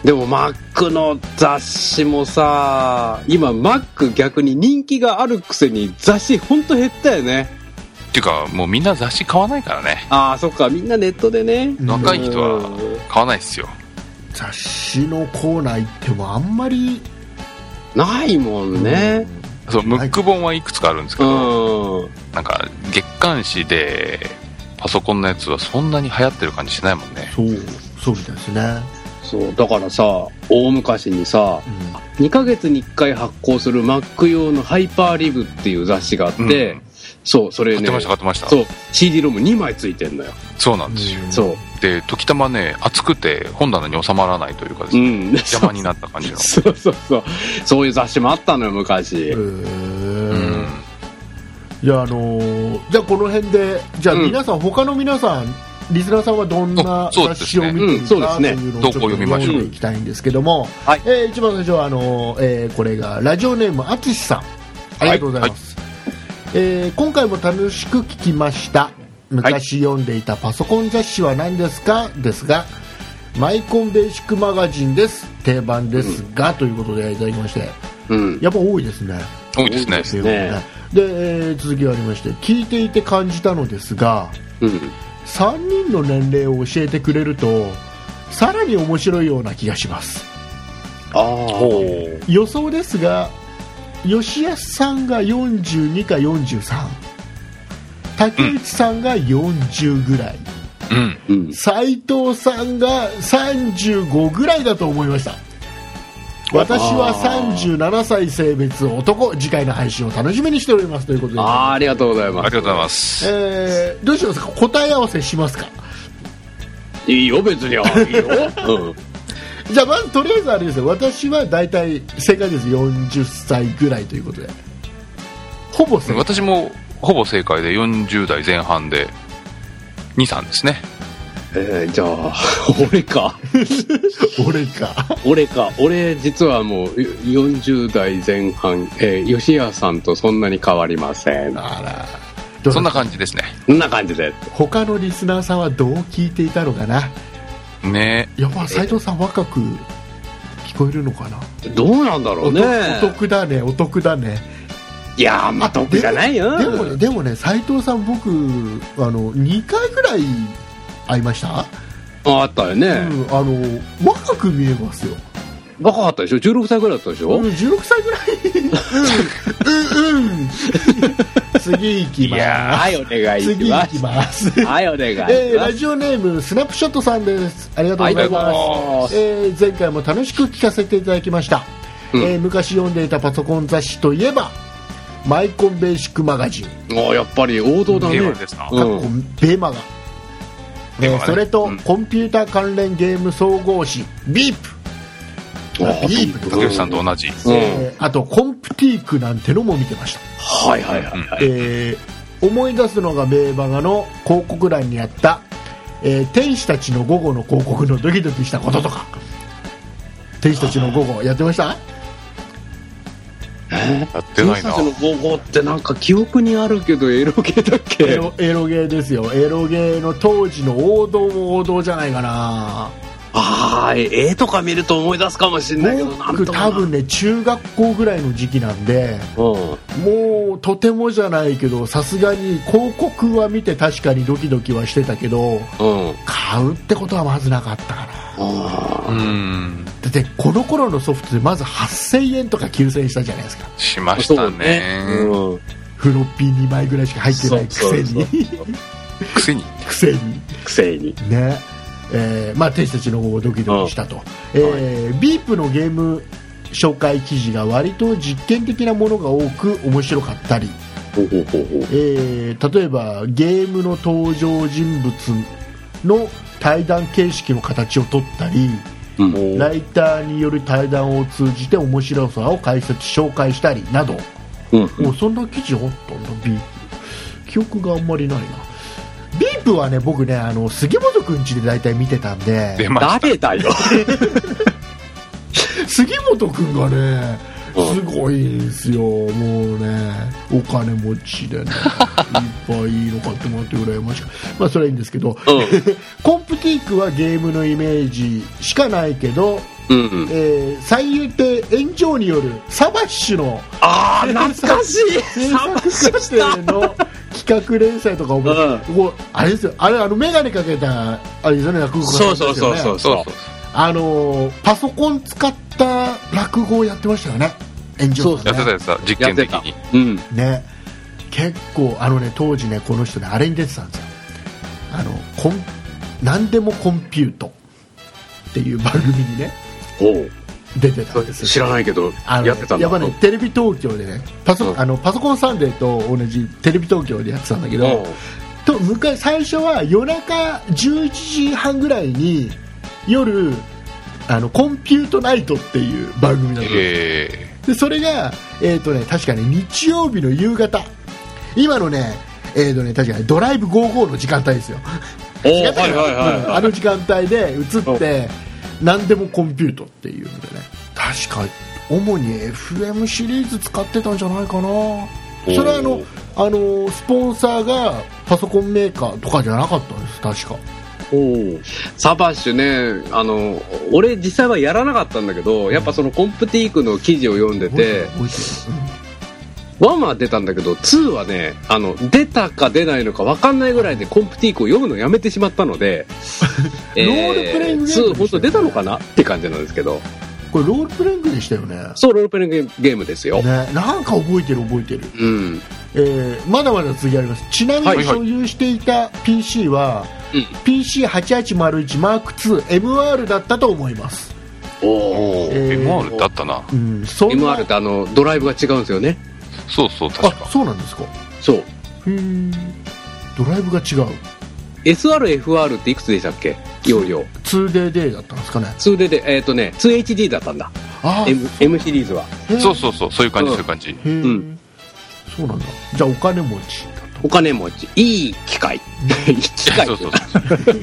Speaker 5: でも Mac の雑誌もさ、今 Mac 逆に人気があるくせに雑誌ほんと減ったよね。
Speaker 4: っていうかもうみんな雑誌買わないからね
Speaker 5: ああ、そっか、みんなネットでね。
Speaker 4: 若い人
Speaker 5: う
Speaker 4: は
Speaker 5: ん
Speaker 4: 買わないっすよ
Speaker 3: 雑誌のコーナー行ってもあんまり
Speaker 5: ないもんね。
Speaker 4: そうムック本はいくつかあるんですけ
Speaker 5: う
Speaker 4: ど、
Speaker 5: ん。
Speaker 4: なんか月刊誌でパソコンのやつはそんなに流行ってる感じしないもんね
Speaker 3: そうそうみたいですね、
Speaker 5: そう、だからさ、大昔にさ、2ヶ月に1回発行する Mac 用のハイパーリブっていう雑誌があって、
Speaker 4: うん
Speaker 5: そう、それ
Speaker 4: 買っ
Speaker 5: ね
Speaker 4: てました買ってましたそう
Speaker 5: そう、CD ロム2枚ついてんのよ。
Speaker 4: なんですよ、
Speaker 5: そ
Speaker 4: で時たまね熱くて本棚に収まらないというかです
Speaker 5: う。う
Speaker 4: ね、
Speaker 5: ん。
Speaker 4: 邪魔になった感じの
Speaker 5: そうそうそう。そういう雑誌もあったのよ、昔。
Speaker 3: うん
Speaker 4: う
Speaker 3: へー
Speaker 4: ん
Speaker 3: じゃあ、あのーじゃあこの辺でじゃあ
Speaker 5: うん
Speaker 3: 皆さん、他の皆さんリスナーさんはどんな
Speaker 4: おそうで
Speaker 3: 雑
Speaker 4: すね
Speaker 3: 誌を見ていた
Speaker 5: うんそう
Speaker 3: と
Speaker 5: ですね
Speaker 3: いうのをちょっと
Speaker 4: 投稿読みましょう
Speaker 3: 読んでいきたいんですけども、
Speaker 5: はい
Speaker 3: えー一番最初はあのーえーこれがラジオネームあきしさんありがとうございます、えー今回も楽しく聞きました昔読んでいたパソコン雑誌は何ですかですがマイコンベーシックマガジンです定番ですが、ということでいただきまして
Speaker 5: うん。
Speaker 3: やっぱ多いですね
Speaker 4: 多いですね
Speaker 5: すね
Speaker 3: で、えー続きがありまして聞いていて感じたのですが
Speaker 5: うん。
Speaker 3: 3人の年齢を教えてくれるとさらに面白いような気がします
Speaker 5: ああ。
Speaker 3: 予想ですが吉安さんが42か43竹内さんが40ぐらい
Speaker 4: うん
Speaker 5: うん。
Speaker 3: 斉藤さんが35ぐらいだと思いました私は37歳性別男次回の配信を楽しみにしておりますということで
Speaker 5: ああ、ありがとうござい
Speaker 4: あり
Speaker 5: ま
Speaker 4: が
Speaker 5: す。
Speaker 4: とうございます
Speaker 3: えーどうしますか答え合わせしますか
Speaker 5: いいよ、別に。いいよ。 うん。
Speaker 3: じゃあまずとりあえずあれですよ私は大体正解です40歳ぐらいということでほぼ正解
Speaker 4: 私もほぼ正解で40代前半で23ですね
Speaker 5: えー、じゃあ、 俺か。
Speaker 3: 俺か
Speaker 5: 俺か。俺、実はもう、40代前半、えー、吉谷さんとそんなに変わりません。こ
Speaker 3: あら
Speaker 4: そんな感じですね
Speaker 5: んな感じで。
Speaker 3: 他のリスナーさんはどう聞いていたのかな
Speaker 4: ね
Speaker 3: やっぱ斎藤さん若く聞こえるのかな
Speaker 5: どうなんだろ
Speaker 3: お
Speaker 5: うね。
Speaker 3: お得だねお得だね
Speaker 5: いやー、まあ、得じゃないよ。
Speaker 3: でもねでもね斎藤さん僕あの2回ぐらい会いました、
Speaker 5: ああったよね。
Speaker 3: うん、あの若く見えますよ
Speaker 5: 若かったでしょ ?16 歳ぐらいだったでしょ、
Speaker 3: うん、16歳ぐらいうんうんうん次行き
Speaker 5: いやー
Speaker 3: ま
Speaker 5: はい、お願
Speaker 3: す
Speaker 5: いし
Speaker 3: 次
Speaker 5: ま
Speaker 3: 行き
Speaker 5: す。
Speaker 3: ます
Speaker 5: はい、お願いします。
Speaker 3: えーラジオネームスナップショットさんですありがとうござい
Speaker 5: ありがと
Speaker 3: ま
Speaker 5: うございます
Speaker 3: す、えー前回も楽しく聞かせていただきました、
Speaker 5: うん
Speaker 3: えー昔読んでいたパソコン雑誌といえばマイコンベーシックマガジン、
Speaker 5: もうやっぱり王道だね。
Speaker 4: 平和ですな
Speaker 5: うん
Speaker 3: かっこベマガ、
Speaker 4: ベマ
Speaker 3: え
Speaker 4: ガね
Speaker 3: ーそれと、
Speaker 4: うん
Speaker 3: コンピューター関連ゲーム総合誌ビープ
Speaker 5: あ
Speaker 3: ビープ
Speaker 4: 竹内さんと同じ
Speaker 5: うん。
Speaker 3: えーあとコンプティークなんてのも見てました
Speaker 5: はいはいはいはい。
Speaker 3: えー思い出すのが名馬画の広告欄にあった、えー天使たちの午後の広告のドキドキしたこととか天使たちの午後やってました
Speaker 4: やってないな
Speaker 5: 私の高校ってなんか記憶にあるけど、エロ系だっ
Speaker 3: エ
Speaker 5: け
Speaker 3: ロエロゲーですよエロゲーの当時の王道も王道じゃないかな
Speaker 5: ああ、絵とか見ると思い出すかもしれないけど、なん
Speaker 3: 僕
Speaker 5: とか
Speaker 3: 多
Speaker 5: な。
Speaker 3: 分ね中学校ぐらいの時期なんで
Speaker 5: うん。
Speaker 3: もうとてもじゃないけどさすがに広告は見て確かにドキドキはしてたけど
Speaker 5: うん。
Speaker 3: 買うってことはまずなかったかな
Speaker 5: あ
Speaker 4: うん
Speaker 3: だってこの頃のソフトでまず8000円とか9000円したじゃないですか
Speaker 4: しま
Speaker 5: あ。
Speaker 4: した
Speaker 5: そう
Speaker 4: ね
Speaker 5: うん。
Speaker 3: フロッピー2枚ぐらいしか入ってないくせ
Speaker 5: そう
Speaker 3: に
Speaker 4: くせに
Speaker 3: くせに
Speaker 5: くせに。
Speaker 3: ねえーまあ天使たちの方をドキドキしたと、えービープのゲーム紹介記事が割と実験的なものが多く面白かったり
Speaker 5: ほうほうほうほう。
Speaker 3: えー例えばゲームの登場人物の対談形式の形を取ったり
Speaker 5: うん
Speaker 3: ライターによる対談を通じて面白さを解説紹介したりなど、
Speaker 5: うん
Speaker 3: もうそんな記事あったんだビープ記憶があんまりないなビープはね僕ねあの杉本くんちで大体見てたん
Speaker 4: 出
Speaker 3: で
Speaker 4: ました。
Speaker 5: 誰だよ。
Speaker 3: 杉本くんがね
Speaker 5: うん
Speaker 3: すごいんですよもうねお金持ち でねいっぱいいいの買ってもらって羨ましいまあそれはいいんですけどコンプティークはゲームのイメージしかないけど、
Speaker 5: うん。うん。
Speaker 3: えー最優亭炎上によるサバッシュの
Speaker 5: ああ、懐かしい。
Speaker 3: 制作者の企画連載とか覚えて、こうあれですよあれあの眼鏡かけたあれですよね落語家さん
Speaker 5: そう
Speaker 3: ですよ
Speaker 5: そ
Speaker 3: ね
Speaker 5: うそうそう
Speaker 4: そう
Speaker 5: そ
Speaker 4: そう
Speaker 3: あのーパソコン使った落語をやってましたよね炎上
Speaker 4: やってた
Speaker 3: ね
Speaker 4: やつだ、実
Speaker 5: う。
Speaker 4: 験
Speaker 5: やって
Speaker 4: 的
Speaker 5: た
Speaker 4: に。。
Speaker 5: うん。
Speaker 3: ね結構あのね当時ねこの人ねあれに出てたんですよあのコン何でもコンピュートっていう番組にね
Speaker 5: おう
Speaker 3: 出てたんですよ
Speaker 5: 知らないけど、
Speaker 3: あの
Speaker 5: やってたんだ。
Speaker 3: やっぱねテレビ東京でねパソ,、
Speaker 5: うん
Speaker 3: あのパソコンサンデーと同じテレビ東京でやってたんだけ
Speaker 5: うん。
Speaker 3: ど、と昔最初は夜中11時半ぐらいに夜あのコンピュートナイトっていう番組だったんです
Speaker 4: え
Speaker 3: でそれが、えーとね、確かね日曜日の夕方今のね,、えーとね確かねドライブ55の時間帯ですよ
Speaker 5: おう
Speaker 3: 違
Speaker 5: は
Speaker 3: っ
Speaker 5: い
Speaker 3: た
Speaker 5: は
Speaker 3: か
Speaker 5: い
Speaker 3: なうん
Speaker 5: は
Speaker 3: あの時間帯で映って何でもコンピュートっていうのでね確か主に FM シリーズ使ってたんじゃないかな
Speaker 5: おー
Speaker 3: それはあのあのスポンサーがパソコンメーカーとかじゃなかったんです確か
Speaker 5: い。おうサバッシュね、あの、俺実際はやらなかったんだけど、やっぱそのコンプティークの記事を読んでて、
Speaker 3: 覚えてるうん
Speaker 5: 1は出たんだけど、2はね、あの、出たか出ないのか分かんないぐらいでコンプティークを読むのやめてしまった ので、
Speaker 3: ロールプレイングゲームでしたよ
Speaker 5: 2、本当出たのかなって感じなんですけど、
Speaker 3: これロールプレイングでしたよね
Speaker 5: そう、ロールプレイングゲームですよ。
Speaker 3: ね、なんか覚えてる覚えてる、
Speaker 5: うん。
Speaker 3: えーまだまだ次ありますちなみ
Speaker 5: はい
Speaker 3: に
Speaker 5: はい
Speaker 3: 所有していた PC は、
Speaker 5: うん
Speaker 3: PC8801M2MR だったと思います、
Speaker 5: お
Speaker 4: ー、
Speaker 3: えー
Speaker 4: MR ってあったな。
Speaker 3: うん、そんな
Speaker 5: MR ってあの、ドライブが違うんですよね。
Speaker 4: そうそう、確
Speaker 3: あ
Speaker 4: か。
Speaker 3: そうなんですか
Speaker 5: そう。
Speaker 3: ドライブが違う
Speaker 5: SR、FR っていくつでしたっけ容量。
Speaker 3: 2DD だったんですかね
Speaker 5: 2D で、えっ、とね、2HD だったんだ。
Speaker 3: あー
Speaker 5: M, M シリーズは。
Speaker 3: へー
Speaker 4: そうそうそう、そういう感じ、
Speaker 5: う
Speaker 4: そ
Speaker 5: ん
Speaker 4: ういう感じ。
Speaker 3: へー
Speaker 5: うん
Speaker 3: そうなんだじゃあお金持ちだと
Speaker 5: お金持ち。いい機 械。いい機械。
Speaker 4: そうそうそう。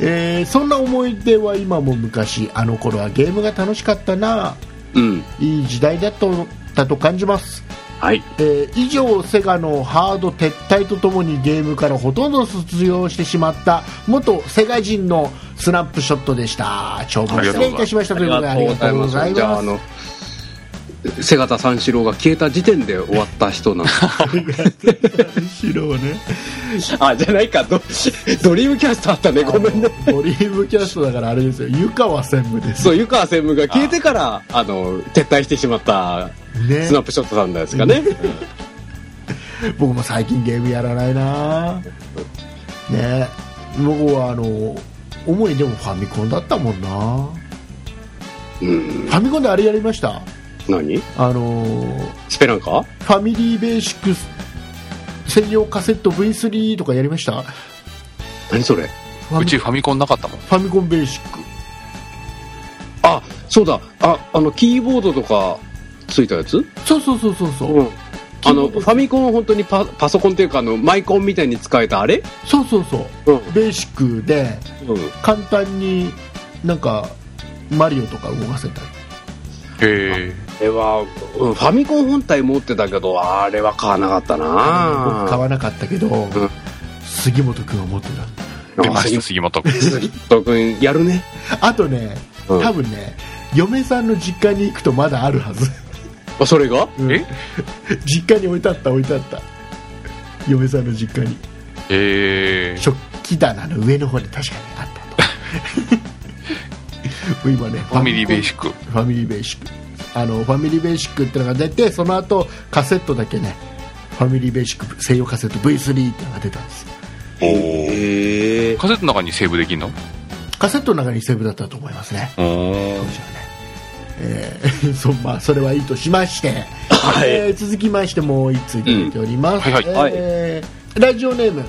Speaker 3: えーそんな思い出は今も昔あの頃はゲームが楽しかったな
Speaker 5: うん。
Speaker 3: いい時代だとだと感じます
Speaker 5: はい。
Speaker 3: えー以上セガのハード撤退とともにゲームからほとんど卒業してしまった元セガ人のスナップショットでした長文失礼いたしましたということでありがとうござい
Speaker 5: じゃあ、
Speaker 3: ま
Speaker 5: あ
Speaker 3: す
Speaker 5: の、瀬形三四郎が消えた時点で終わった人なんだ。
Speaker 3: 白ね
Speaker 5: あ、じゃないか。ドドリームキャストあったね。ごめんね。
Speaker 3: あのドリームキャストだからあれですよ湯川専務です
Speaker 5: そう、湯川専務が消えてから、あの、撤退してしまった、
Speaker 3: ね
Speaker 5: スナップショットさんですかね。
Speaker 3: 僕も最近ゲームやらないなね僕はあの主にでもファミコンだったもんなフ
Speaker 5: うん。
Speaker 3: ァミコンであれやりました
Speaker 5: 何
Speaker 3: あの
Speaker 5: スペランカ
Speaker 3: ファミリーベーシックス専用カセット V3 とかやりました
Speaker 5: 何それ
Speaker 3: ファ
Speaker 4: う
Speaker 3: ミ
Speaker 4: ちファミコンなかったもん。
Speaker 3: ファミコンベーシック
Speaker 5: あ、そうだ。あ、あの、キーボードとか、ついたやつ
Speaker 3: そうそうそうそうそう、
Speaker 5: うん、あのファミコンは本当にパパソコンというかあのマイコンみたいに使えたあれ、
Speaker 3: そうそうそう
Speaker 5: うん
Speaker 3: ベーシックで簡単になんかマリオとか動かせたり
Speaker 4: へえ。
Speaker 5: あれは、うんファミコン本体持ってたけどあれは買わなかった
Speaker 3: 僕買
Speaker 5: な
Speaker 3: わなかったけど、杉本君は持って
Speaker 4: 出ました、杉本君。
Speaker 5: 杉本君やるね、
Speaker 3: たあとね
Speaker 5: うん
Speaker 3: 多分ね、嫁さんの実家に行くとまだあるはず
Speaker 5: あそれが
Speaker 4: え
Speaker 3: 実家に置いてあった置いてあった嫁さんの実家に
Speaker 4: へえ。
Speaker 3: 食器棚の上の方に確かにあった と今ね
Speaker 4: ファミリーベーシック。
Speaker 3: ファミリーベーシックあのファミリーベーシックってのが出てその後カセットだけねファミリーベーシック専用カセット V3 ってのが出たんですよ
Speaker 5: へえ
Speaker 4: カセットの中にセーブできんの
Speaker 3: カセットの中にセーブだったと思いますね
Speaker 4: うー
Speaker 3: 当時は
Speaker 4: ん
Speaker 3: ねえー そまあ、それはいいとしまして、
Speaker 5: はい
Speaker 3: えー続きましてもう一ついただいております、
Speaker 4: うんはい
Speaker 5: はい
Speaker 3: えーラジオネーム、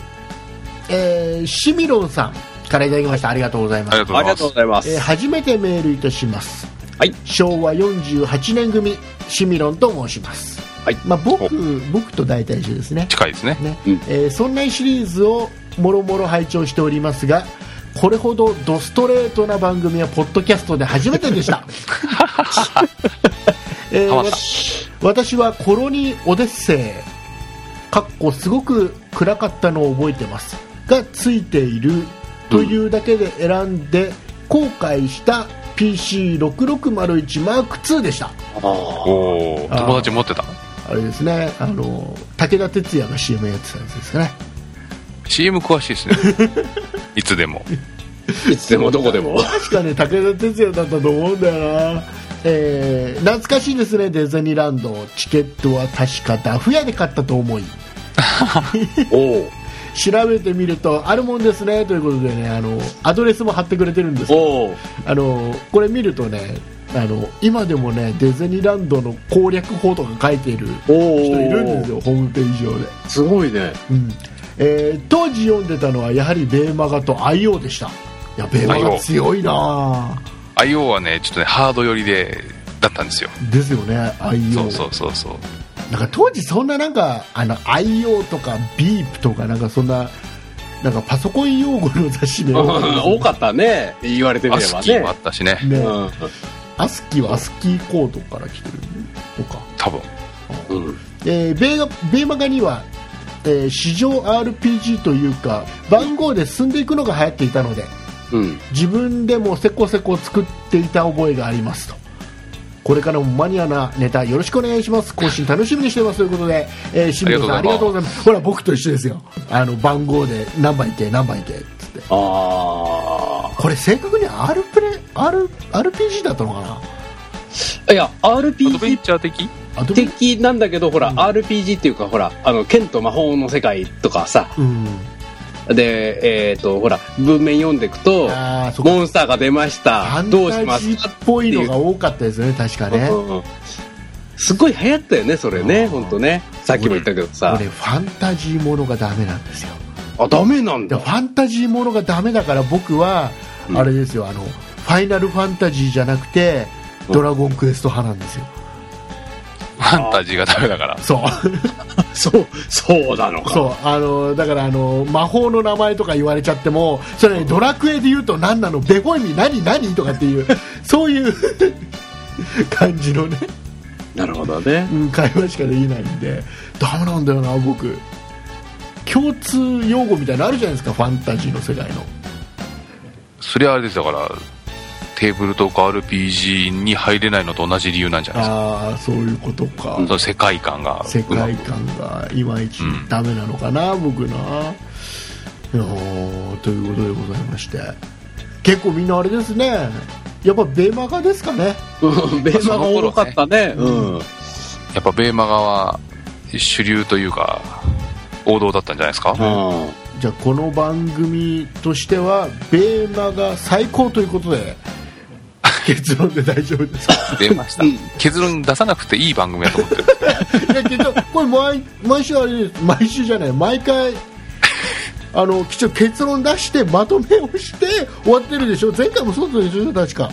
Speaker 3: えーシミロンさんからいただきましたありがとうございます
Speaker 4: ありがとう
Speaker 5: あ
Speaker 4: ご
Speaker 5: り
Speaker 4: ざいます
Speaker 5: がとうございます。
Speaker 3: えー初めてメールいたします、
Speaker 5: はい
Speaker 3: 昭和48年組シミロンと申します、
Speaker 5: はい
Speaker 3: まあ、僕僕と大体一緒ですね
Speaker 4: 近いですね
Speaker 3: ね
Speaker 5: うん
Speaker 3: えーそんなシリーズをもろもろ拝聴しておりますがこれほどドストレートな番組はポッドキャストで初めてで した、えー
Speaker 4: 浜田
Speaker 3: わ私はコロニーオデッセイかっこすごく暗かったのを覚えてますがついているというだけで選んで後悔した PC6601 マーク2でした
Speaker 5: あ
Speaker 4: おお
Speaker 3: あー
Speaker 4: 友達持ってた
Speaker 3: あれですねあの武田鉄矢が CM やってたやつですかね
Speaker 4: CM 詳しいですね いつでも
Speaker 5: ーいつでもどこでも。
Speaker 3: 確かね武田鉄矢だったと思うんだよな、えー懐かしいですねディズニーランドチケットは確かダフ屋で買ったと思い
Speaker 5: おお
Speaker 3: 調べてみるとあるもんですねということでねあのアドレスも貼ってくれてるんですけど
Speaker 5: おお
Speaker 3: あのこれ見るとねあの今でもねディズニーランドの攻略法とか書いている
Speaker 5: お
Speaker 3: 人いるんですよホームページ上で、
Speaker 5: すごいね。
Speaker 3: うんえー当時読んでたのはやはりベーマガと IO でしたいやベーマガ強いなあ
Speaker 4: IO はねちょっとねハード寄りでだったんですよ
Speaker 3: ですよね IO
Speaker 4: そうそうそうそう
Speaker 3: なんか当時そんななんかあの IO とかビープとかなんかそんななんかパソコン用語の雑誌で
Speaker 5: うん多かったね。言われてみ
Speaker 4: ア
Speaker 5: れ
Speaker 4: ス
Speaker 5: ば
Speaker 4: キーもあ
Speaker 5: ね。
Speaker 4: ったしね
Speaker 3: ね
Speaker 5: う
Speaker 3: アスキーはアスキーコードから来てるとか、
Speaker 4: 多分
Speaker 5: んうん。
Speaker 3: えーベーガベーマガには、えー市場 RPG というか番号で進んでいくのが流行っていたので
Speaker 5: うん。
Speaker 3: 自分でもせこせこ作っていた覚えがありますとこれからもマニアなネタよろしくお願いします更新楽しみにしてますということで、えー、清水さんあ
Speaker 4: あ
Speaker 3: り
Speaker 4: り
Speaker 3: がと
Speaker 4: がと
Speaker 3: うご
Speaker 4: う
Speaker 3: ざいますほら僕と一緒ですよあの番号で何番いて何番いてっつって
Speaker 5: あ
Speaker 3: これ正確に R プレ R RPG だったのかな
Speaker 5: あ。いや、
Speaker 4: アドベン
Speaker 5: RPG
Speaker 4: チャー的
Speaker 3: あと
Speaker 5: 的なんだけど、ほら、
Speaker 3: うん
Speaker 5: RPG っていうか、ほら、あの、剣と魔法の世界とかさ、
Speaker 3: うん
Speaker 5: で、えっ、と、ほら、文面読んでいくと、
Speaker 3: ああそこ
Speaker 5: モンスターが出まし
Speaker 3: ファ
Speaker 5: た。
Speaker 3: ン
Speaker 5: どうし
Speaker 3: タ
Speaker 5: ま
Speaker 3: ジ
Speaker 5: す
Speaker 3: ー
Speaker 5: か
Speaker 3: っぽいのが多かったですよね確かね
Speaker 5: うんうんすごい流行ったよね、それね、
Speaker 3: うん
Speaker 5: 本当ね。さっきも言ったけどさ
Speaker 3: 俺。ファンタジーものがダメなんですよ
Speaker 5: あ、ダメなん
Speaker 3: で
Speaker 5: だ
Speaker 3: フ。ァンタジーものがダメだから僕は
Speaker 5: うん
Speaker 3: あれですよ、あのファイナルファンタジーじゃなくて
Speaker 5: うん
Speaker 3: ドラゴンクエスト派なんですよ、
Speaker 4: ファンタジーがダメだから
Speaker 3: そう
Speaker 5: そう、そうなのか。
Speaker 3: そうあのだからあの魔法の名前とか言われちゃってもそれ、ね、ドラクエで言うと何なのベゴイミ何何とかっていうそういう 感じのね、
Speaker 5: なるほどね。
Speaker 3: うん会話しかできないんでダメなんだよな僕共通用語みたいなのあるじゃないですかファンタジーの世界の
Speaker 4: それはあれですだからテーブルトーク RPG に入れないのと同じ理由なんじゃないですか
Speaker 3: ああそういうことか、
Speaker 4: その世界観が
Speaker 3: 世
Speaker 4: うま
Speaker 3: 界
Speaker 4: く
Speaker 3: 観がいまいち
Speaker 4: うん
Speaker 3: ダメなのかな、僕ないやーということでございまして結構みんなあれですねやっぱベマガですかね
Speaker 5: うんベーマが多かったね。うん。
Speaker 4: やっぱベーマガは主流というか王道だったんじゃないですか、
Speaker 3: じゃあこの番組としてはベマガ最高ということで結論で大丈夫です か
Speaker 4: 出ました、
Speaker 5: うん
Speaker 4: 結論出さなくていい番組だと 思ってる
Speaker 3: いやけどこれ毎毎週あれです毎週じゃない毎回あのきちんと結論出してまとめをして終わってるでしょ前回もそうだったでしょ確か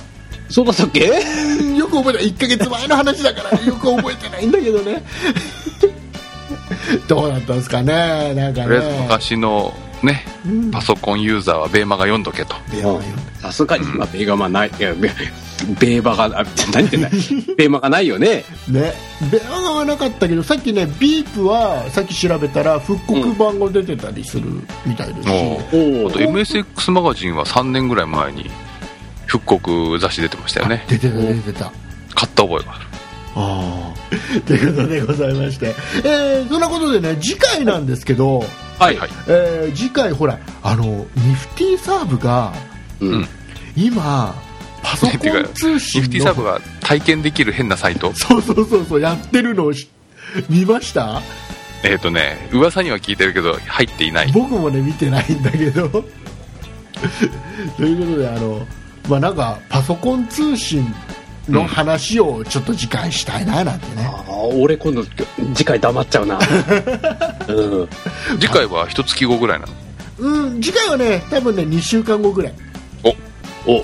Speaker 5: そうだったっけ
Speaker 3: よく覚えてない1ヶ月前の話だからよく覚えてないんだけどねどうだったんですかねなんか
Speaker 4: とりあえず
Speaker 3: ね
Speaker 4: 昔のね
Speaker 3: うん
Speaker 4: パソコンユーザーはベーマガ読んどけと
Speaker 3: 電話よ
Speaker 5: さすがに、まあ、ベーガマない。いや、ベベーバが、あ何言ってんだい。ベーマがないよね。
Speaker 3: ね電話はなかったけどさっきねビープはさっき調べたら復刻版が出てたりするみたいですし、
Speaker 4: おう
Speaker 5: お
Speaker 4: あと MSX マガジンは3年ぐらい前に復刻雑誌出てましたよね
Speaker 3: 出てた出てた
Speaker 4: 買った覚えがある
Speaker 3: ああということでございまして、えーそんなことでね次回なんですけど、
Speaker 5: はい。
Speaker 4: はい
Speaker 3: えー次回ほらあのニフティサーブが
Speaker 5: うん。
Speaker 3: 今パソコ
Speaker 4: ていう
Speaker 3: ン
Speaker 4: か
Speaker 3: 通
Speaker 4: ニ
Speaker 3: 信
Speaker 4: フティサーブが体験できる変なサイト
Speaker 3: そうそうそうそうやってるのをし見ました
Speaker 4: えっ、とね噂には聞いてるけど入っていない
Speaker 3: 僕もね見てないんだけどということであのまあなんかパソコン通信の話をちょっと次回したいななんてね、
Speaker 5: ああ、俺今度、次回黙っちゃうな。うん。
Speaker 4: 次回は一月後ぐらいなの
Speaker 3: うん、次回はね多分ね2週間後ぐらい
Speaker 5: お、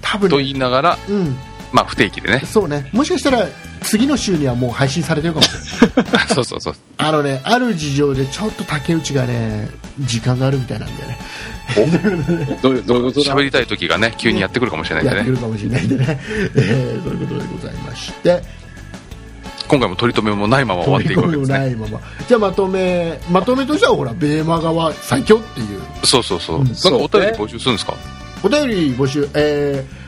Speaker 3: 多分
Speaker 4: と言いながら、
Speaker 3: うん
Speaker 4: まあ、不定期で ね
Speaker 3: そうねもしかしたら次の週にはもう配信されてるかもしれない
Speaker 4: そうそうそう
Speaker 3: あのねある事情でちょっと竹内がね時間があるみたいなんだよね
Speaker 5: どういう、どういうこと だ
Speaker 4: 喋りたい時がね急にやってくるかもしれないん
Speaker 3: やっ
Speaker 4: で
Speaker 3: て
Speaker 4: ね
Speaker 3: るかもしれないんでね、えー、そういうことでございまして
Speaker 4: 今回も取り留めもないまま終わっていくわけですね
Speaker 3: ないままじゃあまとめまとめとしてはほらベーマ側は最強っていう
Speaker 4: そうそうそう、
Speaker 3: うん
Speaker 4: なんかお便り募集するんですか
Speaker 3: お便り募集、えー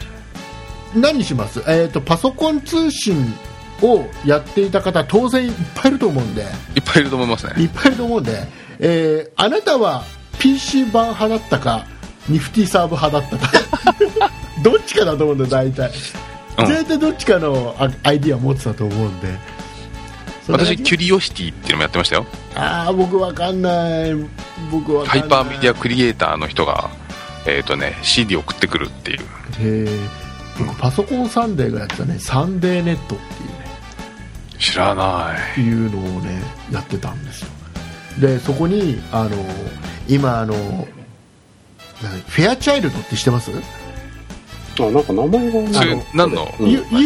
Speaker 3: 何します、えー、とパソコン通信をやっていた方当然いっぱいいると思うんで
Speaker 4: いっぱいいると思います
Speaker 3: い
Speaker 4: ね
Speaker 3: っぱいいると思うんで、えーあなたは PC 版派だったかニフティサーブ派だったか どっちかだと思うんだよ大体、
Speaker 4: うん
Speaker 3: 絶対どっちかのあアイディア持ってたと思うんで
Speaker 4: 私キュリオシティっていうのもやってましたよ
Speaker 3: ああ僕わかんない僕わかん
Speaker 4: ハ
Speaker 3: ない
Speaker 4: イパーメディアクリエイターの人がえっ、とね CD 送ってくるっていう
Speaker 3: へえ僕パソコンサンデーがやってたねサンデーネットっていうね
Speaker 4: 知らない
Speaker 3: いうのをねやってたんですよでそこにあの今あのなフェアチャイルドって知ってます
Speaker 5: あ、なんか名前が
Speaker 4: それ
Speaker 5: あ
Speaker 4: 何の
Speaker 5: うん
Speaker 3: ?YOU、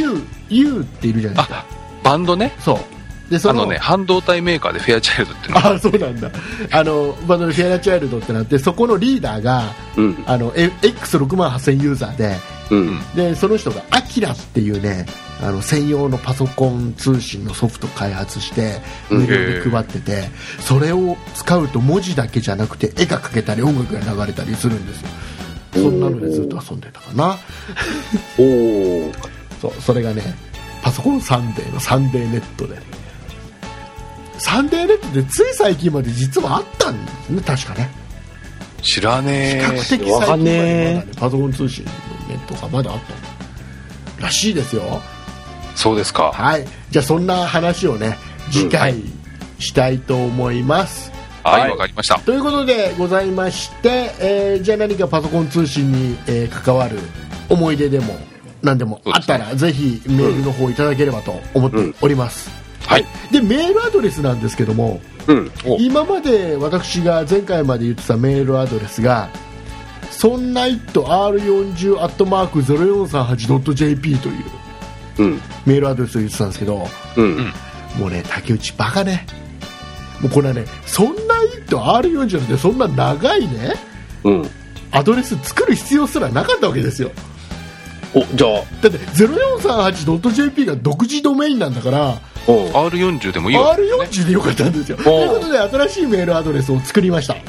Speaker 3: ユユっているじゃないですか
Speaker 4: あバンドね
Speaker 3: そうでそ
Speaker 4: あ
Speaker 3: の
Speaker 4: のね半導体メーカーでフェアチャイルドっていうのが
Speaker 3: あそうなんだあのバンドのフェアチャイルドってなってそこのリーダーが
Speaker 5: うん。
Speaker 3: あの X6 万8000ユーザーで
Speaker 5: うん。
Speaker 3: でその人がアキラっていうねあの専用のパソコン通信のソフト開発して
Speaker 5: うん
Speaker 3: 無料で配っててそれを使うと文字だけじゃなくて絵が描けたり音楽が流れたりするんですよそんなのでずっと遊んでたかな
Speaker 5: おー
Speaker 3: そうそれがねパソコンサンデーのサンデーネットでねサンデーネットってつい最近まで実はあったんですね確かね
Speaker 4: 知ら
Speaker 3: 比
Speaker 4: ね
Speaker 3: 較的
Speaker 4: え
Speaker 3: 最近まで
Speaker 5: わ
Speaker 3: ま
Speaker 5: か
Speaker 3: だ
Speaker 5: んね
Speaker 3: ねパソコン通信のネットがまだあったらしいですよ
Speaker 4: そうですか
Speaker 3: はい、じゃあそんな話をね次回したいと思います、
Speaker 4: はいわ、
Speaker 5: はい
Speaker 4: かりました
Speaker 3: ということでございまして、えーじゃあ何かパソコン通信に、えー関わる思い出でも何でも
Speaker 4: そう
Speaker 3: あ
Speaker 4: で
Speaker 3: っ
Speaker 4: すね
Speaker 3: たら、ぜひメールの方いただければと思っております、
Speaker 4: はい
Speaker 3: でメールアドレスなんですけども
Speaker 5: うん。
Speaker 4: お
Speaker 3: 今まで私が前回まで言ってたメールアドレスがそんな itir40-0438.jp という
Speaker 5: うん。
Speaker 3: メールアドレスを言ってたんですけど
Speaker 5: うん。
Speaker 3: もうね竹内バカねもうこれはねそんな「い」と R40 でそんな長いね
Speaker 5: うん。
Speaker 3: アドレス作る必要すらなかったわけですよ
Speaker 5: お、じゃあ、
Speaker 3: だって 0438.jp が独自ドメインなんだから
Speaker 5: おう
Speaker 4: R40 でもいいよ、
Speaker 3: R40 でよかったんですよ、ということで新しいメールアドレスを作りました
Speaker 5: はい。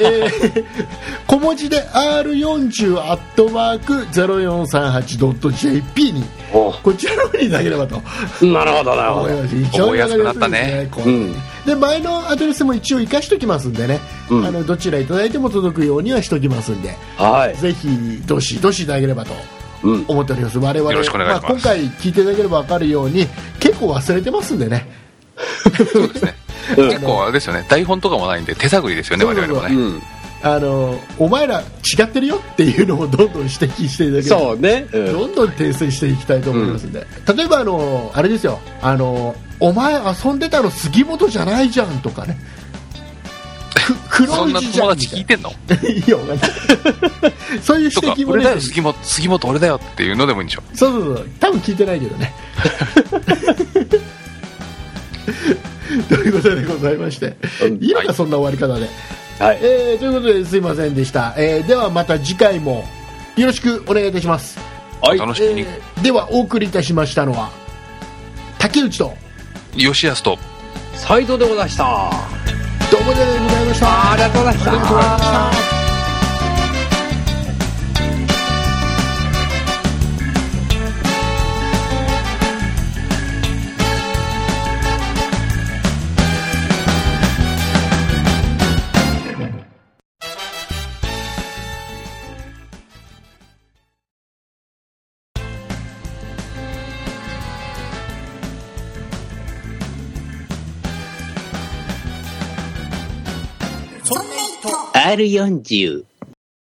Speaker 3: えー 小文字で R40 アットマーク 0438.jp に
Speaker 5: おう
Speaker 3: こちらの方にいただければと
Speaker 5: なるほど、なるほ
Speaker 3: 思い
Speaker 5: ど。
Speaker 3: ます一応
Speaker 4: 覚えやすくなったね
Speaker 3: こう
Speaker 5: うん
Speaker 3: で前のアドレスも一応生かしておきますんでね、
Speaker 5: うん
Speaker 3: あのどちらいただいても届くようにはしておきますんで
Speaker 5: はい。
Speaker 3: ぜひどしどしいただければと
Speaker 5: うん。
Speaker 3: 思っております我々
Speaker 4: よろしくお願いします
Speaker 3: あ、今回聞いていただければ分かるように結構忘れてますんでね
Speaker 4: そうですね
Speaker 5: うん
Speaker 4: 結構あれですよね台本とかもないんで手探りですよね
Speaker 3: そう
Speaker 4: 我
Speaker 3: そうそう
Speaker 4: 々も
Speaker 5: う
Speaker 4: ね
Speaker 5: ん。
Speaker 3: あのお前ら違ってるよっていうのをどんどん指摘していただければ
Speaker 5: そうね。うん
Speaker 3: どんどん訂正していきたいと思いますんで、例えばあのあれですよあのお前遊んでたの杉本じゃないじゃんとかねく
Speaker 4: そ
Speaker 3: 黒
Speaker 4: んな
Speaker 3: い字じゃ
Speaker 4: 友
Speaker 3: んみ
Speaker 4: 達
Speaker 3: たいな
Speaker 4: 聞
Speaker 3: い
Speaker 4: てんの
Speaker 3: いや、わかんないそういう指
Speaker 4: とか
Speaker 3: 摘も
Speaker 4: 俺
Speaker 3: ね
Speaker 4: だ、よ杉本杉本俺だよっていうのでもいいんでしょ
Speaker 3: そうそうそう、多分聞いてないけどね。ということでございまして
Speaker 5: うん、
Speaker 3: いいの
Speaker 4: は
Speaker 3: か、
Speaker 4: い
Speaker 3: そんな終わり方で。
Speaker 5: はい。
Speaker 3: えーということですいませんでした、えーではまた次回もよろしくお願いいたします。
Speaker 5: はい。
Speaker 4: 楽しみに
Speaker 3: えーでは、お送りいたしましたのは、竹内と、
Speaker 4: 吉安と
Speaker 5: サイドでございました。
Speaker 3: どうもでございました。
Speaker 5: ありがとうございま
Speaker 3: ありがとうございました。
Speaker 1: そんな糸
Speaker 5: R40。